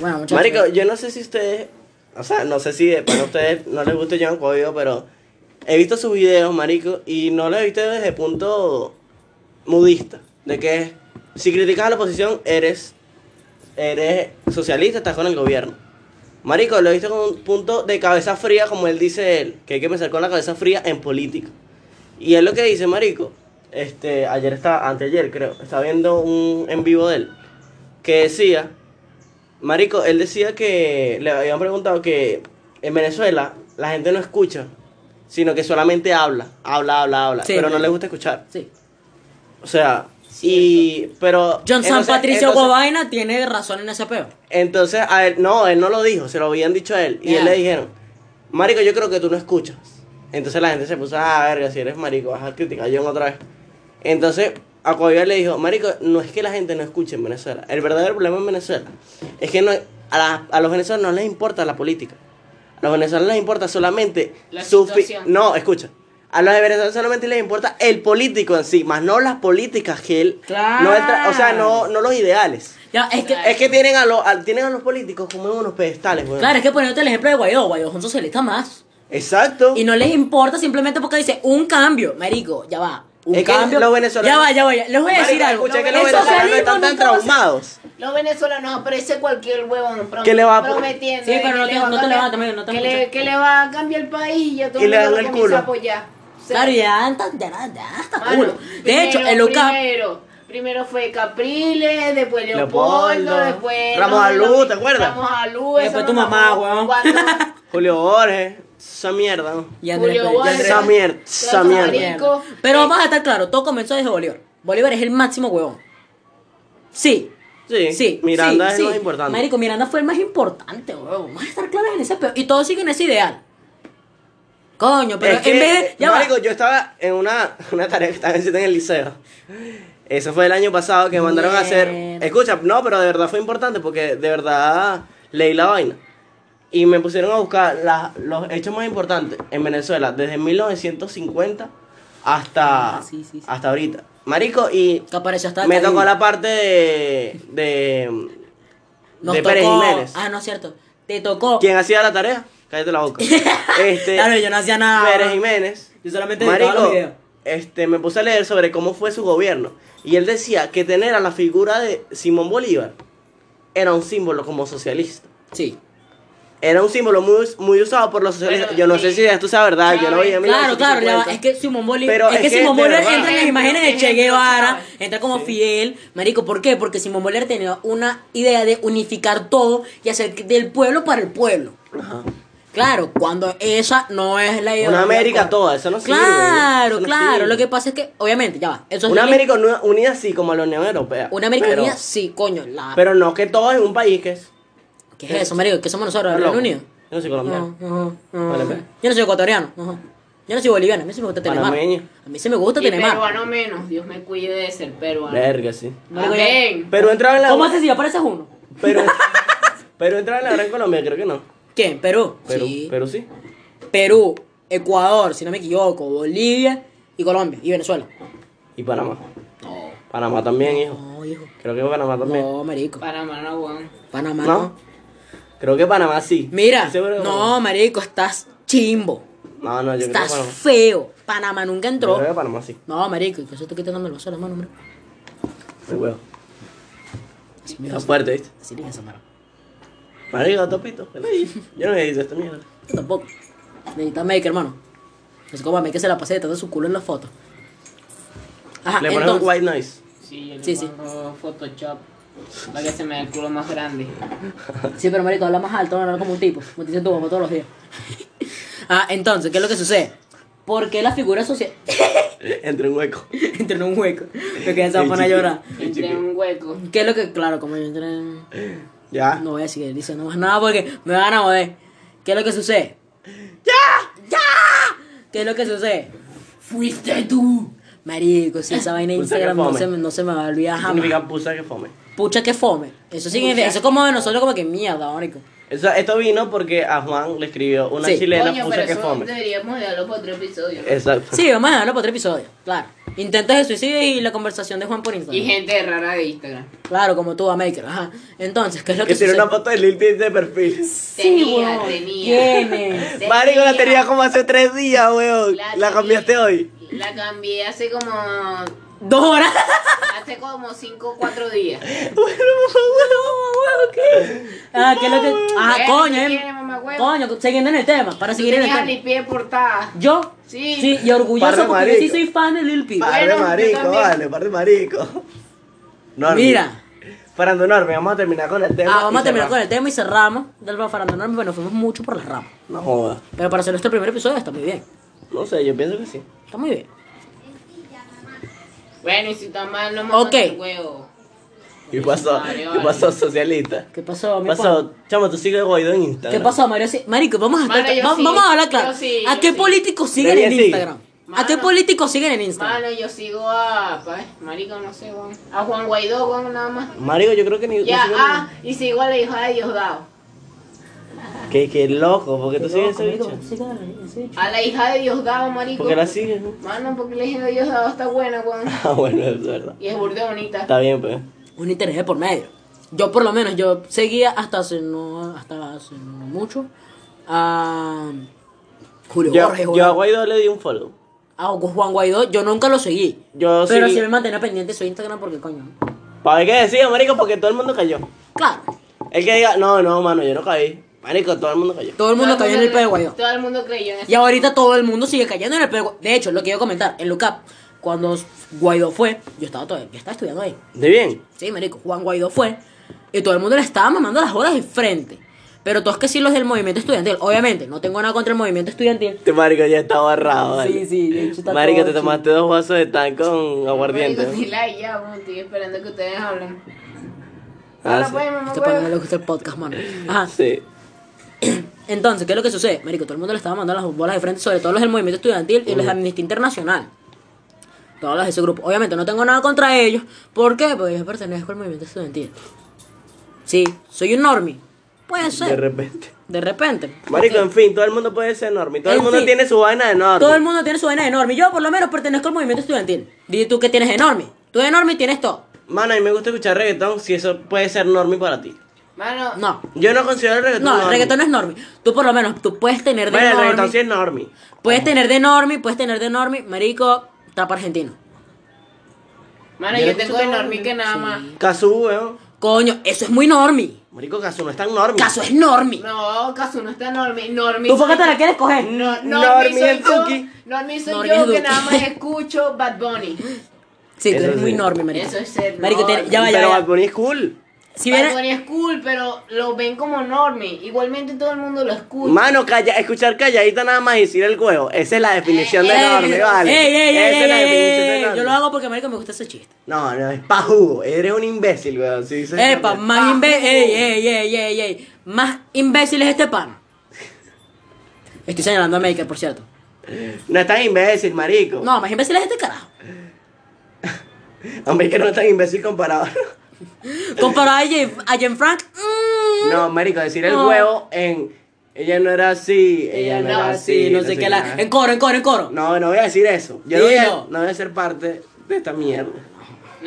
Bueno, muchachos.
Marico, yo no sé si ustedes, o sea, no sé si de- para ustedes no les gusta John Cuevio, pero he visto sus videos, marico, y no lo he visto desde el punto mudista, de que si criticas a la oposición eres eres socialista, estás con el gobierno. Marico, lo he visto con un punto de cabeza fría, como él dice él, que hay que pensar con la cabeza fría en política. Y es lo que dice, marico. Este, ayer estaba, anteayer creo, estaba viendo un en vivo de él que decía Marico, él decía que le habían preguntado que en Venezuela la gente no escucha, sino que solamente habla, habla, habla, habla,
Sí.
pero no le gusta escuchar.
Sí.
O sea, y pero
John San
entonces-
Patricio
Eh, entonces-
Guavaina tiene razón en ese peo.
Entonces a él no, él no lo dijo, se lo habían dicho a él y
Ya.
él le dijeron, "Marico, yo creo que tú no escuchas." Entonces la gente se puso, "Ah, verga, si eres marico, vas a criticar a John otra vez." Entonces a Cuavier le dijo, "Marico, no es que la gente no escuche en Venezuela. El verdadero problema en Venezuela es que no a, la- a los venezolanos no les importa la política. A los venezolanos les importa solamente
La
su fi-
situación.
no, escucha. A los venezolanos solamente les importa el político en sí, más no las políticas que él, no el tra- o sea, no no los ideales.
Ya, es que.
Es que tienen a, los a- tienen a los políticos como en unos pedestales, weón.
Claro, es que poniéndote el ejemplo de Guaidó, Guaidó es un socialista más.
Exacto.
Y no les importa simplemente porque dice un cambio, marico, ya va. Un
Es que
cambio.
los venezolanos-
Ya va, ya va, ya. Les voy a
Marico,
decir algo.
Escuché que
El
los venezolanos
socialismo
están tan
nunca va a ser-
traumados.
Los venezolanos aparece cualquier huevón prom-
¿Qué le va a-
prometiendo
Sí, pero
que
no
le
te-
va a
no te
cambiar-
levantas, no te
que, le,
escuchas.
que le va a cambiar el país y ya todo
Y le
mundo
dan
lo
el
comienza
culo.
a apoyar. O sea,
Claro, ya está, ya, ya, ya está
mano,
culo. De hecho,
primero-
el UCAP.
Primero, primero fue Capriles, después
Leopoldo,
Leopoldo, después...
Ramos
no, no,
Alú,
no,
¿te acuerdas?
Ramos Alú,
Después
eso
tu
nos
mamá,
mamó
huevón.
cuando-
Julio Borges, esa mierda. ¿no?
<laughs> Y Andrés
Julio
Pérez.
Borges.
Y Andrés
Esa
Pérez.
mierda, esa
Claro,
mierda.
marico. eh,
Pero vamos a estar claros, todo comenzó desde Bolívar. Bolívar es el máximo huevón. Sí.
Sí,
Sí,
Miranda
sí,
es
sí.
lo más importante.
Marico, Miranda fue el más importante, huevón. Vamos a estar claros en ese peo. Y todos siguen ese ideal. Coño, pero
es que,
en vez de. Ya va.
marico, yo estaba en una, una tarea que estaba haciendo en el liceo. Eso fue el año pasado que me mandaron a hacer.
Mierda.
Escucha, no, pero de verdad fue importante porque de verdad leí la vaina. Y me pusieron a buscar las- los hechos más importantes en Venezuela desde 1950 hasta,
Ah, sí, sí, sí.
hasta ahorita. Marico, y
Que apareció hasta
me
Cali.
tocó la parte de. de.
Nos
de
tocó-
Pérez Jiménez.
Ah, no es cierto. Te tocó.
¿Quién hacía la tarea? Cállate la
<laughs>
boca. Este,
Claro, yo no hacía nada.
Pérez Jiménez.
Yo solamente editaba los
Marico,
videos.
este, me puse a leer sobre cómo fue su gobierno. Y él decía que tener a la figura de Simón Bolívar era un símbolo como socialista.
Sí.
Era un símbolo muy, us- muy usado por los socialistas.
Pero,
yo no sé
eh,
si esto sea verdad. yo no
claro,
veía
Claro, claro, ya va.
1950.
es que Simón Bolívar,
Pero
es,
es
que
que,
Simón
de
Bolívar
verdad.
entra en las
Ejemplo,
imágenes de Che
ejemplo,
Guevara,
¿sabes?
entra como Fidel, marico, ¿por qué? Porque Simón Bolívar tenía una idea de unificar todo y hacer que- del pueblo para el pueblo.
Ajá.
Claro, cuando esa no es la idea.
Una América toda, eso no sirve.
Claro,
Eso no
claro,
sirve.
lo que pasa es que, obviamente, ya va, eso es
Una
lo que-
América uni- unida sí, como la Unión Europea.
una América
pero,
unida, sí, coño, la...
Pero no que todo es un país que es.
¿Qué es eso, marico? ¿Qué somos nosotros, el
Loco.
Reino Unido?
Yo no soy colombiano.
Ajá, ajá.
Vale, pues. ve.
Yo no soy ecuatoriano, ajá. yo no soy boliviano, a mí sí me gusta Telemar.
Panameño.
A mí sí me gusta
Y
Telemar.
peruano menos, Dios me cuide de ser peruano.
Verga, sí.
Marico, ya-
Amén.
Pero entraba en la.
¿Cómo haces si apareces uno? <laughs>
Pero, pero entraba en la Gran Colombia, creo que no.
¿Quién? Perú.
Pero
sí.
pero sí.
Perú, Ecuador, si no me equivoco, Bolivia y Colombia y Venezuela.
Y Panamá. Panamá también, hijo.
No, hijo.
Creo que Panamá también.
No, marico.
Panamá no, weón.
Panamá
¿No?
no.
Creo que Panamá sí.
Mira,
Estoy seguro que
no, marico, estás chimbo.
Panamá. No, no, yo creo que
Estás
Panamá.
feo. Panamá nunca
Yo creo
entró.
que Panamá sí.
No, marico, ¿y qué es esto que te dando el vaso a la mano, hombre?
El huevo. Está fuerte, ¿viste?
Así le esa mano.
Marico, topito. Yo no he visto esta mierda.
Yo tampoco. Necesitas make, hermano. Es como a make que se la pase detrás de su culo en la foto. Ajá,
Le ponemos
Ah, entonces.
white noise. <laughs>
Sí, yo le
Sí, sí.
pongo Photoshop para que se me dé el culo más grande.
Sí, pero marico, habla más alto, no habla como un tipo. Como te dicen tu mamá todos los días. <laughs> ah, entonces, ¿qué es lo que sucede? ¿Por qué la figura social...
Entre un hueco.
<laughs> entré en un hueco. Me quedé se va a poner a llorar.
Entre en un hueco.
¿Qué es lo que... Claro, como yo entré en...
Ya.
No voy a decir diciendo más nada porque me van a joder. ¿Qué es lo que sucede? ¡Ya! ¡Ya! ¿Qué es lo que sucede?
¡Fuiste tú!
Marico, si esa
<laughs>
vaina de
Puta que
Instagram no
fome.
se, me- no se me va a olvidar
¿Qué
jamás.
significa pusa que fome?
Pucha que fome. Eso significa... Eso es como de nosotros como que mierda, marico.
Eso- esto vino porque a Juan le escribió una
Sí.
chilena
Coño, pero
pusa que
eso
fome.
deberíamos dejarlo para otro episodio. ¿no?
Exacto.
Sí, vamos a dejarlo para otro episodio. Claro. Intentos de suicidio y la conversación de Juan por Instagram.
Y gente rara de Instagram.
Claro, como tú a Maker, ajá. Entonces, ¿qué es lo que,
Que tiene
sucede?
una foto de Lil Peep de perfil.
Tenía,
weón,
tenía.
tiene.
<laughs> Marico, la tenía como hace tres días, weón. La cambiaste
cambié- <laughs>
hoy.
La cambié hace como.
Dos horas. <laughs>
hace como 5 o 4 días.
Ah, ¿qué es lo que...? Ah,
Bueno,
coño,
¿qué
eh.
quiere, mamagüevo?
Coño, siguiendo en el tema, para seguir en el
Tenía
tema.
ni pie portada.
¿Yo?
Sí.
Sí, y orgulloso
Parra,
porque yo sí
marico.
soy fan de Lil Peep.
Par de
Bueno, yo
marico,
también.
vale, par de marico. Normi.
Mira.
Parando enorme, vamos a terminar con el tema.
Ah, vamos a terminar con el tema y cerramos del Bafarandonor. Bueno, fuimos mucho por las ramas.
No joda.
Pero para hacer nuestro primer episodio está muy bien.
No sé, yo pienso que sí.
Está muy bien.
Bueno, y si está mal, no me
Ok.
el huevo.
¿Qué pasó?
Vale,
¿Qué
vale.
pasó, socialista?
¿Qué pasó, mi
Pasó, chamo, tú sigues Guaidó en Instagram.
¿Qué pasó, Mario? Sí, Marico, vamos a, estar-
Mano, yo
va-
sí,
vamos a hablar claro.
yo sí,
¿A
yo
qué
sí.
políticos siguen
Debería
en
sí.
Instagram? ¿A qué
Mano.
políticos siguen en Instagram?
Mano, yo sigo a. pa, marico, no sé, weón. A Juan Guaidó, weón, nada más.
Marico, yo creo que ni.
Ya,
ni siquiera-
ah, y sigo a la hija de Diosdado.
Qué, qué loco, porque tú sigues ese bicho.
bicho?
A la hija de Diosdado, marico.
Porque la sigues, ¿no? <laughs>
Mano, porque la hija de Diosdado está buena, weón.
Ah, bueno, es verdad.
Y es burda bonita.
Está bien, pues.
Un interés de por medio. Yo por lo menos, yo seguía hasta hace no, hasta hace no mucho a Julio
Yo,
Borges,
yo
Julio-
a Guaidó le di un follow.
a Juan Guaidó, yo nunca lo seguí.
Yo
pero
sí-
sí me mantenía pendiente de su Instagram porque coño.
Para ver qué decía, marico, porque todo el mundo cayó.
Claro,
El que diga, no, no, mano, yo no caí. Marico, todo el mundo cayó.
todo el mundo cayó en el
le-
peo de Guaidó.
Todo el mundo creyó en eso.
Y ahorita todo el mundo sigue cayendo en el peo de Guaidó. De hecho, lo que iba a comentar, en Lucap, cuando Guaidó fue, yo estaba todavía, yo estaba estudiando ahí.
¿De bien?
Sí, marico, Juan Guaidó fue y todo el mundo le estaba mamando las bolas de frente. Pero todos que sí los del movimiento estudiantil. Obviamente, no tengo nada contra el movimiento estudiantil.
Este marico ya está barrado, vale.
sí, de hecho está
Marico,
todo
te tomaste dos vasos de tan con aguardiente.
Marico, dila y ya, weón. Estoy esperando que ustedes hablen.
Ah,
Ahora
sí. Ah,
pues,
chido.
mamá,
Este pana no
weón.
le gusta el podcast, mano. Ajá.
Sí.
<clears throat> Entonces, ¿qué es lo que sucede? Marico, todo el mundo le estaba mandando las bolas de frente, sobre todo los del movimiento estudiantil y los de Amnistía Internacional. Todos los de ese grupo. Obviamente, no tengo nada contra ellos. ¿Por qué? Porque yo pertenezco al movimiento estudiantil. Sí, soy un normie. Puede
De
ser.
repente.
De repente.
Marico,
Ok.
en fin, todo el mundo puede ser enorme. Todo el
En
mundo
fin.
tiene su vaina de enorme.
Todo el mundo tiene su vaina enorme. Yo por lo menos pertenezco al movimiento estudiantil. Dile tú que tienes enorme. Tú de enorme tienes todo.
Mano, a mí me gusta escuchar reggaetón si eso puede ser normal para ti.
Mano,
No.
Yo no considero el reggaetón
No, el
normie.
reggaetón no es normie. Tú por lo menos, tú puedes tener de
Bueno, el
normie.
reggaetón sí es normie.
Puedes tener de normie, puedes tener de normie. Marico, tapa argentino.
mano,
Yo
yo
escucho
tengo
todo
de
el-
normie que nada más.
Cazú, weón.
Coño, eso es muy normie.
Marico, Cazú no es tan normie.
Caso es normie.
No, Casu no está normie. Normie.
¿Tú por qué te la quieres coger?
No,
Normie
normie soy
es
yo.
Duki.
Normie soy
Normie es
yo que
Duki.
nada
<laughs>
más escucho Bad Bunny.
Sí, tú
Eso
eres
sí.
muy normie, marico.
Eso es ser
Marico,
normie.
te- ya va, ya
Pero
va,
Bad
ya va.
Bunny es cool.
Si
Bad
viene-
Bunny es cool, pero lo ven como normie. Igualmente todo el mundo lo escucha.
Mano, calla, escuchar calladita nada más y decir el huevo. Esa es la definición de
Ey,
enorme,
ey,
¿vale?
ey, ey,
Esa
ey,
es la
ey,
definición
ey,
de
ey.
enorme.
eh, Yo lo hago porque, marico, me gusta ese chiste.
No, no, es pajugo. Eres un imbécil, weón. Si dices
Epa,
enorme.
más imbécil.
uh.
Pajugo.
Ey, ey, ey, ey, ey. Más imbécil es este pan. Estoy señalando a Maker, por cierto.
No es tan imbécil, marico.
No, más imbécil es este carajo.
Hombre, que no es tan imbécil comparado. <laughs>
Comparado a Jen, a Jen Frank. mm,
No, marico, decir el
No.
huevo en... Ella no era así, ella, no, era así,
no sé qué. La... En coro, en coro, en coro.
No, no voy a decir eso. Yo no voy, a,
Dilo.
no voy a ser parte de esta mierda. <laughs>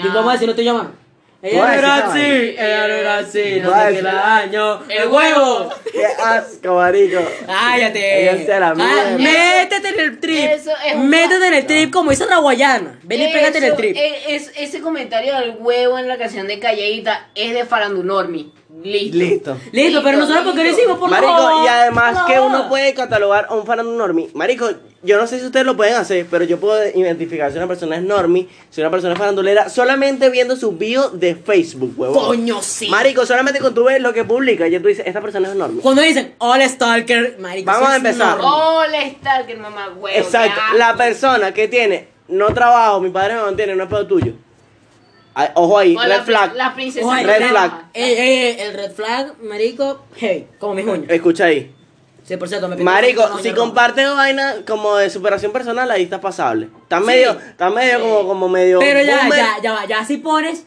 Y vamos a decir, no te llaman. Ella no
Voy a
era así,
decir esa
ella no era así, no
Voy a
sé qué
decir-
la daño.
¡El huevo!
¡Qué asco, marico!
Cállate.
Ella se la
Ah,
mierda.
métete en el trip.
Eso es un-
métete en el trip como dice Raguayana. Ven y pégate en el
Eso-
trip.
e- es- ese comentario del huevo en la canción de Calleita es de farandunormi. Listo.
Listo.
Listo, pero
Listo,
nosotros por qué lo
listo.
hicimos por
marico,
favor,
y además
por
que
favor.
uno puede catalogar a un fan normie. Marico, yo no sé si ustedes lo pueden hacer, pero yo puedo identificar si una persona es normie, si una persona es farandulera, solamente viendo su bio de Facebook, huevón.
Coño, sí.
Marico, solamente con tu ves lo que publica, ya tú dices, esta persona es normie.
Cuando dicen All Stalker, marico.
Vamos
eso es
a empezar.
enorme.
Hola, Stalker, mamá huevo.
Exacto,
ya.
la persona que tiene, no trabajo, mi padre me mantiene, no es pedo tuyo. Ay, ojo ahí,
O
red
la,
flag.
La princesa
Oye,
Red
la-
flag.
Ey, ey, ey, el red flag, marico, hey, como mis uñas.
Escucha ahí.
Sí, por cierto, me pinté una
Marico,
uña
si
roja.
comparten vaina como de superación personal, ahí está pasable. Está
Sí.
medio, está medio como, como medio.
Pero ya,
boomer.
ya, ya, va, ya si pones,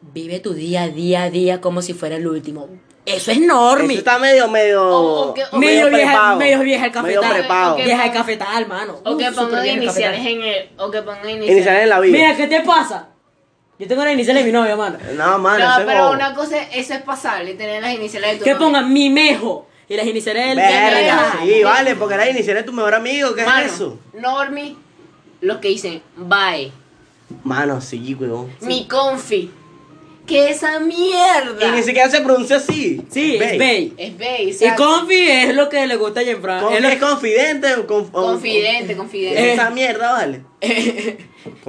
vive tu día, día, día como si fuera el último. Eso es normie.
Eso está medio, medio.
O- o que- o
medio, vieja,
prepado.
medio vieja el
Medio
cafetal.
prepado.
Ok, ok.
Vieja el cafetal, mano.
O que
Uh, súper
pongan
vieja el
iniciales
cafetal.
en el. O que pongan iniciales.
Iniciar en la vida.
Mira, ¿qué te pasa? Yo tengo las iniciales de mi novia, mano.
No, mano,
No,
eso es
pero
bobo.
una cosa, eso es pasable, tener las iniciales de tu
Que
nombre.
pongan mi mejo y las iniciales del
Verga,
Verga.
sí, vale, porque era iniciar es tu mejor amigo, ¿qué
Mano,
es eso?
Normi, los que dicen bye.
Mano, sí, weón.
Mi confi. Que esa mierda.
Y ni siquiera se pronuncia así.
Sí, es
Babe.
Bey.
Es bey.
Y
exacto.
Confi es lo que le gusta a Jen Frank.
Con-
Es
¿Es,
lo
confidente o conf-
Oh,
o- o-
Confidente,
Eh.
confidente.
Esa mierda, vale.
<laughs>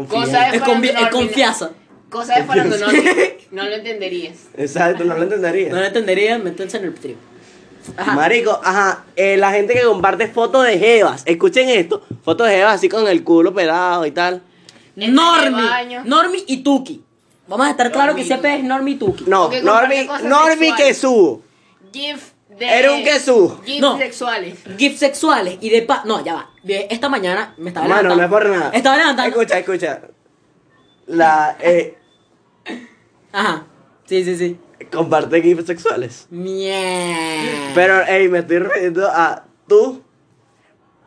Cosa
es,
de
confi- es
farandunormi.
confianza.
Cosa de farandunormi.
<laughs>
No lo entenderías.
Exacto, no lo
No lo
entendería.
entenderían, métanse en el trip. Ajá.
Marico, ajá, eh, la gente que comparte fotos de jevas, escuchen esto, fotos de jevas así con el culo pelado y tal.
Este de
Normi,
baño.
Normi y Tuki. Vamos a estar claro que
Normi y
siempre es Normi y Tuki.
No,
O que comparte
Norby,
cosas
Norby
sexuales.
Quesú.
GIF de.
Era un quesú.
GIF
No.
sexuales.
GIFs sexuales y de pa... No, ya va. Ve, Esta mañana me estaba
Mano,
levantando.
no es por nada.
Estaba levantando.
Escucha, escucha. La, eh,
Ajá. Sí, sí, sí.
comparte gifs sexuales.
Mierda.
Pero, ey, me estoy refiriendo a tú.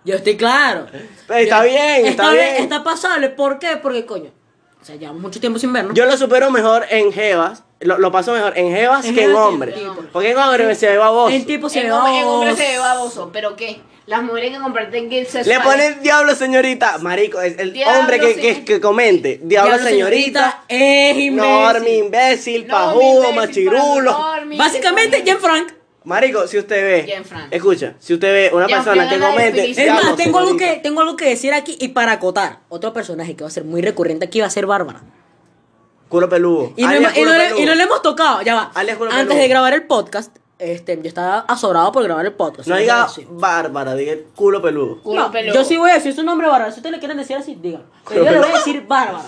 Yo estoy claro.
Ey, está
Yo-
bien, está bien.
Está pasable. ¿Por qué? Porque, coño. O sea, llevamos mucho tiempo sin vernos.
Yo lo supero mejor en jevas, lo, lo paso mejor en jevas
En
que en
jevas que en
hombres.
tipo.
Porque en hombres se ve baboso.
el tipo se
en,
ve
hombre- en hombre
baboso.
se ve baboso, pero ¿qué? Las mujeres que comparten GIF
Le
sexuales.
ponen diablo señorita, marico, es el
Diablo,
hombre que, que,
señor-
que comente, diablo, señorita,
Es imbécil.
normi, imbécil,
No,
pajudo,
mi imbécil,
machirulo.
farandunormi,
Básicamente, Jen
sexual.
Frank.
Marico, si usted ve,
Bien, Fran.
escucha, si usted ve una
Bien,
persona
Fran,
que
la
comente,
definición.
Es
diablo,
más, tengo algo, que,
señorita.
tengo algo que decir aquí y para acotar. Otro personaje que va a ser muy recurrente aquí va a ser Bárbara.
culo peludo.
Y no,
alias
hemos- y
culo
no
peludo.
le, y no le hemos tocado, ya va.
Alias culo
Antes
peludo.
de grabar el podcast, este, yo estaba azorado por grabar el podcast.
No
Yo
diga
voy a decir.
bárbara, diga culo peludo.
Culo
No,
peludo.
yo sí voy a decir su nombre Bárbara. Si ustedes le quieren decir así, díganlo. Pero yo le voy a decir Bárbara.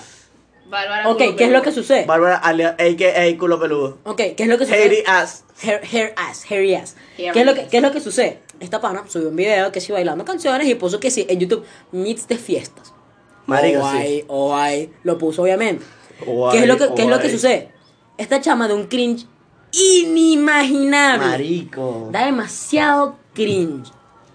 Bárbara
Ok,
culo
¿qué es lo
peludo.
que sucede?
Bárbara, alias, a.k.a. culo peludo.
Ok, ¿qué es lo que sucede?
Hairy ass.
Hair, hair ass, hairy ass.
Hairy
¿Qué es, lo que,
ass.
¿Qué es lo que sucede? Esta pana subió un video que sí bailando canciones y puso que sí en YouTube, meets de fiestas.
Marico,
oh,
sí.
ay, oh, ay. Lo puso obviamente.
Oh,
¿Qué, es lo
ay,
que, qué es
oh,
lo que
ay.
sucede? Esta chama de un cringe inimaginable.
Marico.
Da demasiado cringe.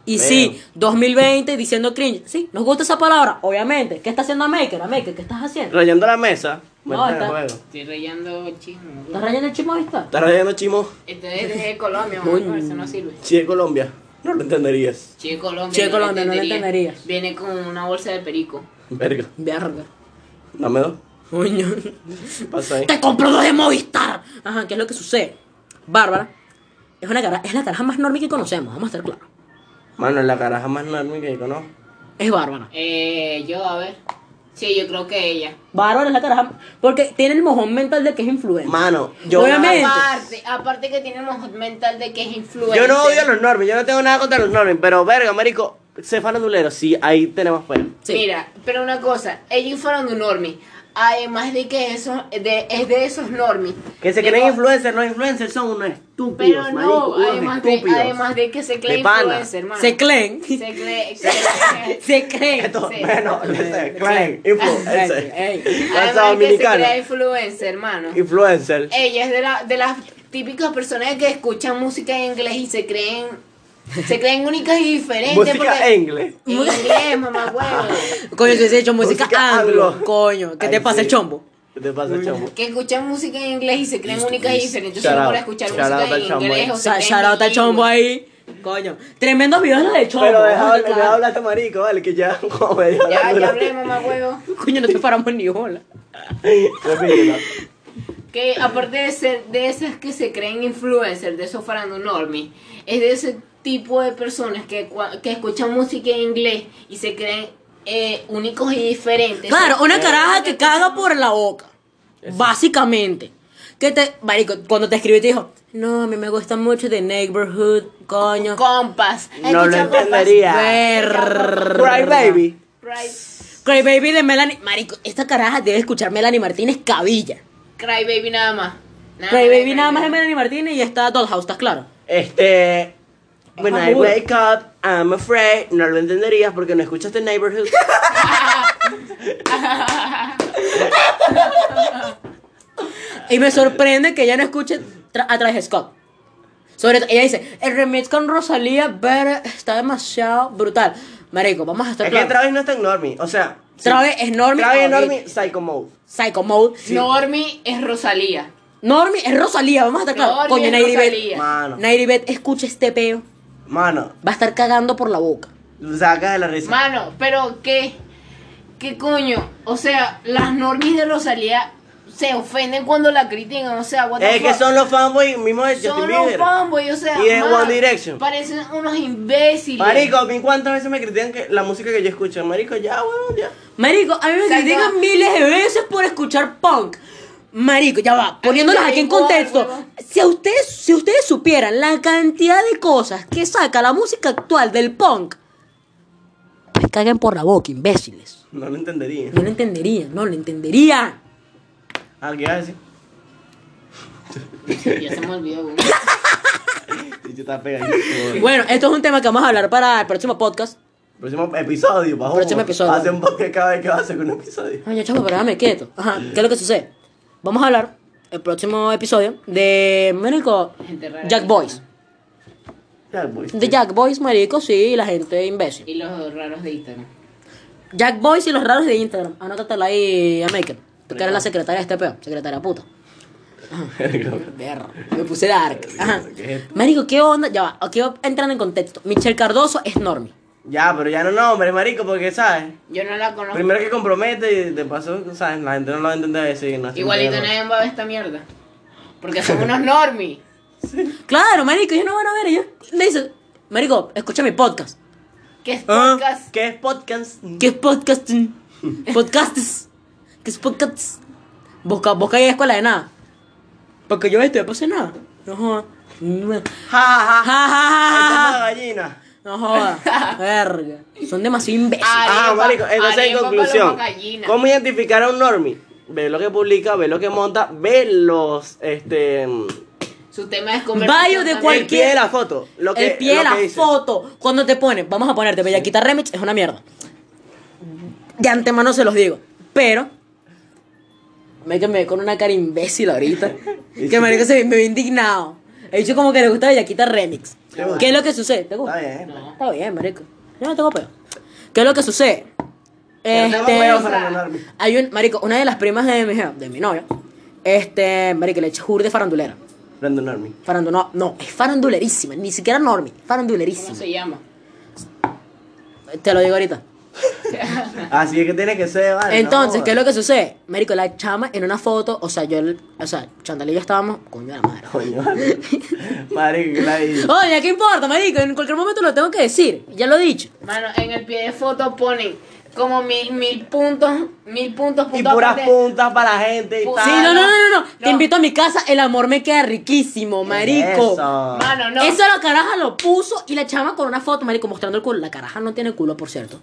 Y sí, 2020 diciendo cringe. Sí, nos gusta esa palabra, obviamente. ¿Qué está haciendo Maker? Maker, ¿qué estás haciendo?
Rayando la mesa.
No,
Vuelta
está-
de juego.
Estoy rayando chismo.
¿Estás rayando el chismo vista?
Estás rayando chimo.
Este es de Colombia, mamá, eso no sirve.
Si de Colombia. No lo entenderías.
Che, Colombia.
Che,
no lo
Colombia, no lo
entenderías.
entenderías.
Viene con una bolsa de perico.
Verga.
Verga.
Dame dos.
Coño.
Pasa ahí.
Te compro dos de Movistar. Ajá, ¿qué es lo que sucede? Bárbara es una cara, es la caraja más normal que conocemos, vamos a estar claros.
Mano, la caraja más enorme que conozco.
Es Bárbara.
Eh, yo, a ver. Sí, yo creo que ella.
Bárbara es la caraja porque tiene el mojón mental de que es influencer.
Mano, yo.
Obviamente.
Aparte, aparte que tenemos mental de que es influencer.
Yo no odio a los normies, yo no tengo nada contra los normies, pero verga, marico, se farandulero, sí, ahí tenemos pena.
Sí.
Mira, pero una cosa, ellos fueron de un normie. Además de que eso, de, es de esos normies.
Que se
De
creen
los-
influencers, los influencers son unos estúpidos,
Pero no,
marico, unos
además, de,
estúpidos.
además de que se cree
De pana.
influencer, hermano.
Se creen.
Se cree. se
<laughs>
cree-
Se creen.
Esto,
Sí.
bueno,
<laughs>
ese, clan, influencer.
Ey,
Raza
Además de que se
dominicana.
cree influencer, hermano.
Influencer.
Ella es de, la, de las típicas personas que escuchan música en inglés y se creen. Se creen únicas y diferentes.
Música
porque-
en inglés.
en inglés, mamá huevo.
Coño, si hubiese hecho música,
Música
anglo,
anglo.
coño. ¿Qué te
Ay,
pasa,
sí.
chombo?
¿Qué te pasa, chamo?
Que escuchan música en inglés y se creen únicas y diferentes
Shout
solo
out.
por escuchar
Shout out
música
al
en
chombo
inglés.
ahí.
o se creen
Shout al chombo
bilingües.
ahí. Coño. Tremendos videos los de chombo.
Pero
vamos
deja
a estar
deja
claros.
hablar a este marico, vale, que ya. <laughs> como medio
Ya,
hablando
ya
la-
hablé, mamá huevo.
Coño, no te paramos ni bola.
<laughs> Repítelo.
Que aparte de ser de esas que se creen influencers, de esos normies, es de ese tipo de personas que, cua- que escuchan música en inglés y se creen eh, únicos y diferentes.
Claro, una
Eh,
caraja que caga por la boca. Básicamente. Que te. Marico, cuando te escribí te dijo, no, a mí me gusta mucho The Neighborhood, coño.
Compas.
No lo
Escucha compas.
entendería.
Ver-
Cry Baby.
Cry,
Cry Baby de Melanie. Marico, esta caraja debe escuchar Melanie Martínez cabilla.
Cry Baby nada más. Nada
Cry
más de
Baby nada más de Melanie Martínez y está Dollhouse, ¿estás claro?
Este. When
Ajá,
I wake up, I'm afraid. No lo entenderías porque no escuchaste
<laughs>
Neighborhood.
Y me sorprende que ella no escuche tra- a Travis Scott. Sobre to- ella dice, el remix con Rosalía ver, está demasiado brutal. Marico, vamos a estar
es que
claros.
Travis no es tan normie. O sea, sí.
Travis es Normie.
Travis es
Ok.
normie, psycho mode.
Psycho Mode.
Normie es Rosalía.
Normie es Rosalía, vamos a estar claros.
Normie
Coño,
es
Nairi
Rosalía.
Bet.
Mano,
Nairi Bet, escucha este peo.
mano,
Va a estar cagando por la boca.
lo sacas de la risa.
Mano, pero qué. ¿Qué coño? O sea, las normies de Rosalía se ofenden cuando la critican. O sea, what the
es que
fuck.
son los fanboys mismos de Justin
Son los
Bieber.
fanboys, o sea.
Y de
mano,
One Direction.
Parecen unos imbéciles.
Marico, a mí cuántas veces me critican que la música que yo escucho. Marico, ya, weón, ya.
Marico, a mí me
O sea,
critican
ya-
miles de veces por escuchar punk. Marico, ya va, poniéndolos
me da
aquí en
igual,
contexto.
huevón.
Si a ustedes, si ustedes supieran la cantidad de cosas que saca la música actual del punk, pues caguen por la boca, imbéciles.
No lo entendería.
No lo entenderían, no lo entenderían.
Ah, ¿qué ibas a decir?
Ya se me olvidó, güey.
Sí, yo estaba pegadísimo, weón.
Bueno, esto es un tema que vamos a hablar para el próximo podcast.
Próximo episodio, bajo.
Próximo episodio.
Hace un podcast cada vez que va a hacer un episodio.
Oye, chavo, pero dame quieto. Ajá, ¿qué es lo que sucede? Vamos a hablar el próximo episodio de, marico,
Gente rara.
Jack Boys.
Ya, pues.
De
<laughs>
Jack Boys, marico, sí, la gente imbécil.
Y los raros de Instagram.
Jack Boys y los raros de Instagram. Anótatela ahí a Maker. Tú que eres la secretaria de este peo. Secretaria puta. Verga. Me puse dark. Ajá. Marico, ¿qué onda? Ya va. Aquí va entrando en contexto. Michelle Cardoso es normie.
ya, pero ya no nombre, marico, porque, ¿sabes?
Yo no la conozco.
Primero que compromete y de paso, ¿sabes? La gente no lo va a entender eso y no hace
Igualito
mierda.
nadie va a ver esta mierda. Porque son unos normies.
Claro, marico, ellos no van a ver. Ellos le dicen, marico, escucha mi podcast.
Que es
<laughs> ¿Ah?
podcast.
¿Qué es podcast?
¿Qué es podcasting? Podcasts. ¿Qué es podcasts? Busca, busca ahí escuela de nada. Porque yo esto, después de nada. No jodas. No.
Ja, ja,
Ja,
ja.
ja, ja,
Esta es
ja.
la gallina.
No jodas. Verga. Son demasiado imbéciles.
Ah,
Arepa,
marico, entonces en
arepa,
conclusión,
paloma, gallina.
¿cómo identificar a un normie? Ve lo que publica, ve lo que monta, ve los, este,
Su tema es conversación.
Bio de
también.
cualquier-
el pie de la foto, lo que,
el pie de
lo
la
que dice.
foto. Cuando te pones, vamos a ponerte Bellaquita Remix, es una mierda. De
<laughs>
antemano se los digo. Pero, me quemé con una cara imbécil ahorita. Que
Y sí.
marico se me ve indignado. He dicho como que le gusta Bellaquita Remix.
Qué bueno.
¿Qué es lo que sucede? ¿Te gusta?
Está bien. ¿eh?
No.
Está bien, marico. Yo no tengo peo. ¿Qué es lo que sucede?
Pero tengo
Este,
peo para ganarme.
hay un, marico, una de las primas de mi, de mi novia, este, marico, le echa jur de farandulera.
Brandon Army.
Farandu, no, no, es farandulerísima, ni siquiera normie,
¿Cómo
farandulerísima.
se llama?
Te lo digo ahorita.
Así es que tiene que ser, Ah, vale.
Entonces, ¿qué es lo que sucede? Marico, la chama en una foto, o sea, yo, el- o sea, Chantal y yo estábamos, coño de la madre.
Coño,
<laughs>
vale. Marico, la vi.
Oye, ¿qué importa, marico? En cualquier momento lo tengo que decir, ya lo he dicho.
Mano, en el pie de foto ponen como mil, mil puntos, mil puntos,
Y
puntos
puras
aparte.
puntas para la gente y
Sí,
tal.
Sí, no, no, no, no, no.
No.
Te invito a mi casa, el amor me queda riquísimo, marico. Eso.
Eso.
Mano, no.
la caraja lo puso y la chama con una foto, marico, mostrando el culo. La caraja no tiene culo, por cierto.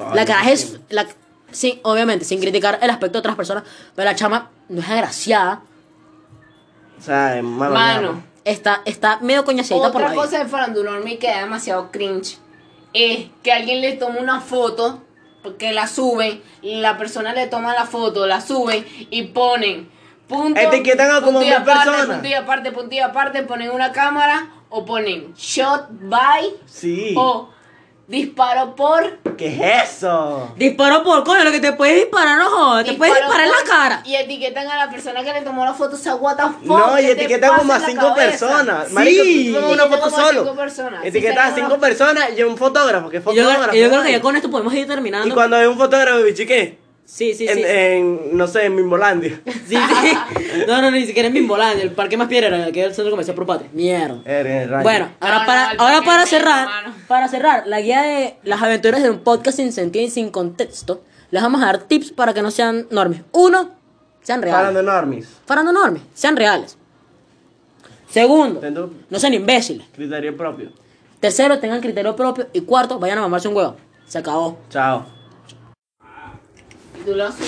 Ay,
la caraja es.
sí.
La, sí, obviamente, sin criticar el aspecto de otras personas, pero la chama no es agraciada.
O sea, mano.
Mano.
Está, está medio coñaciadita por la
Otra
vida.
cosa de farandulormi que da demasiado cringe es que alguien le toma una foto, que la suben, y la persona le toma la foto, la suben y ponen punto.
Etiquetan a como
punto y
mil
aparte,
personas.
Punto y aparte, punto y aparte, ponen una cámara o ponen shot by
Sí.
o disparo por.
¿Qué es eso?
Disparo por coño, lo que te puedes disparar, no jodas, te puedes
disparo
disparar en la
por-
cara.
Y etiquetan a la persona que le tomó la foto, o sea, what the fuck.
No, y
¿qué te
etiquetan como a
pasa en la
cinco
cabeza?
personas.
Sí.
Marico, tú tomas una
Etiquetan
foto
como a
solo.
cinco personas.
Etiquetas a
Sí,
cinco
tengo-
personas y un fotógrafo. ¿Qué
Y yo,
fotógrafo?
y yo creo que ya
vale?
con esto podemos ir terminando.
Y cuando hay un fotógrafo, bichi, ¿qué?
Sí, sí, sí.
en,
eh,
en, no sé, en Mimbolandia.
<laughs> Sí, sí.
<laughs>
No, no, ni siquiera en Mimbolán, el parque más piedra, que es el centro comercial Propatria. Mierda.
Eres rayo.
Bueno, ahora
Eh, No,
para,
no, el
ahora
parque
para
es negro,
cerrar,
mano.
para cerrar, la guía de las aventuras de un podcast sin sentido y sin contexto, les vamos a dar tips para que no sean normes. Uno, sean
Parando
reales.
enormes.
Parando normes, sean reales. Segundo,
Tendo-
no sean imbéciles.
Criterio propio.
Tercero, tengan criterio propio. Y cuarto, vayan a mamarse un huevo. Se acabó.
Chao.
Y tú la subes.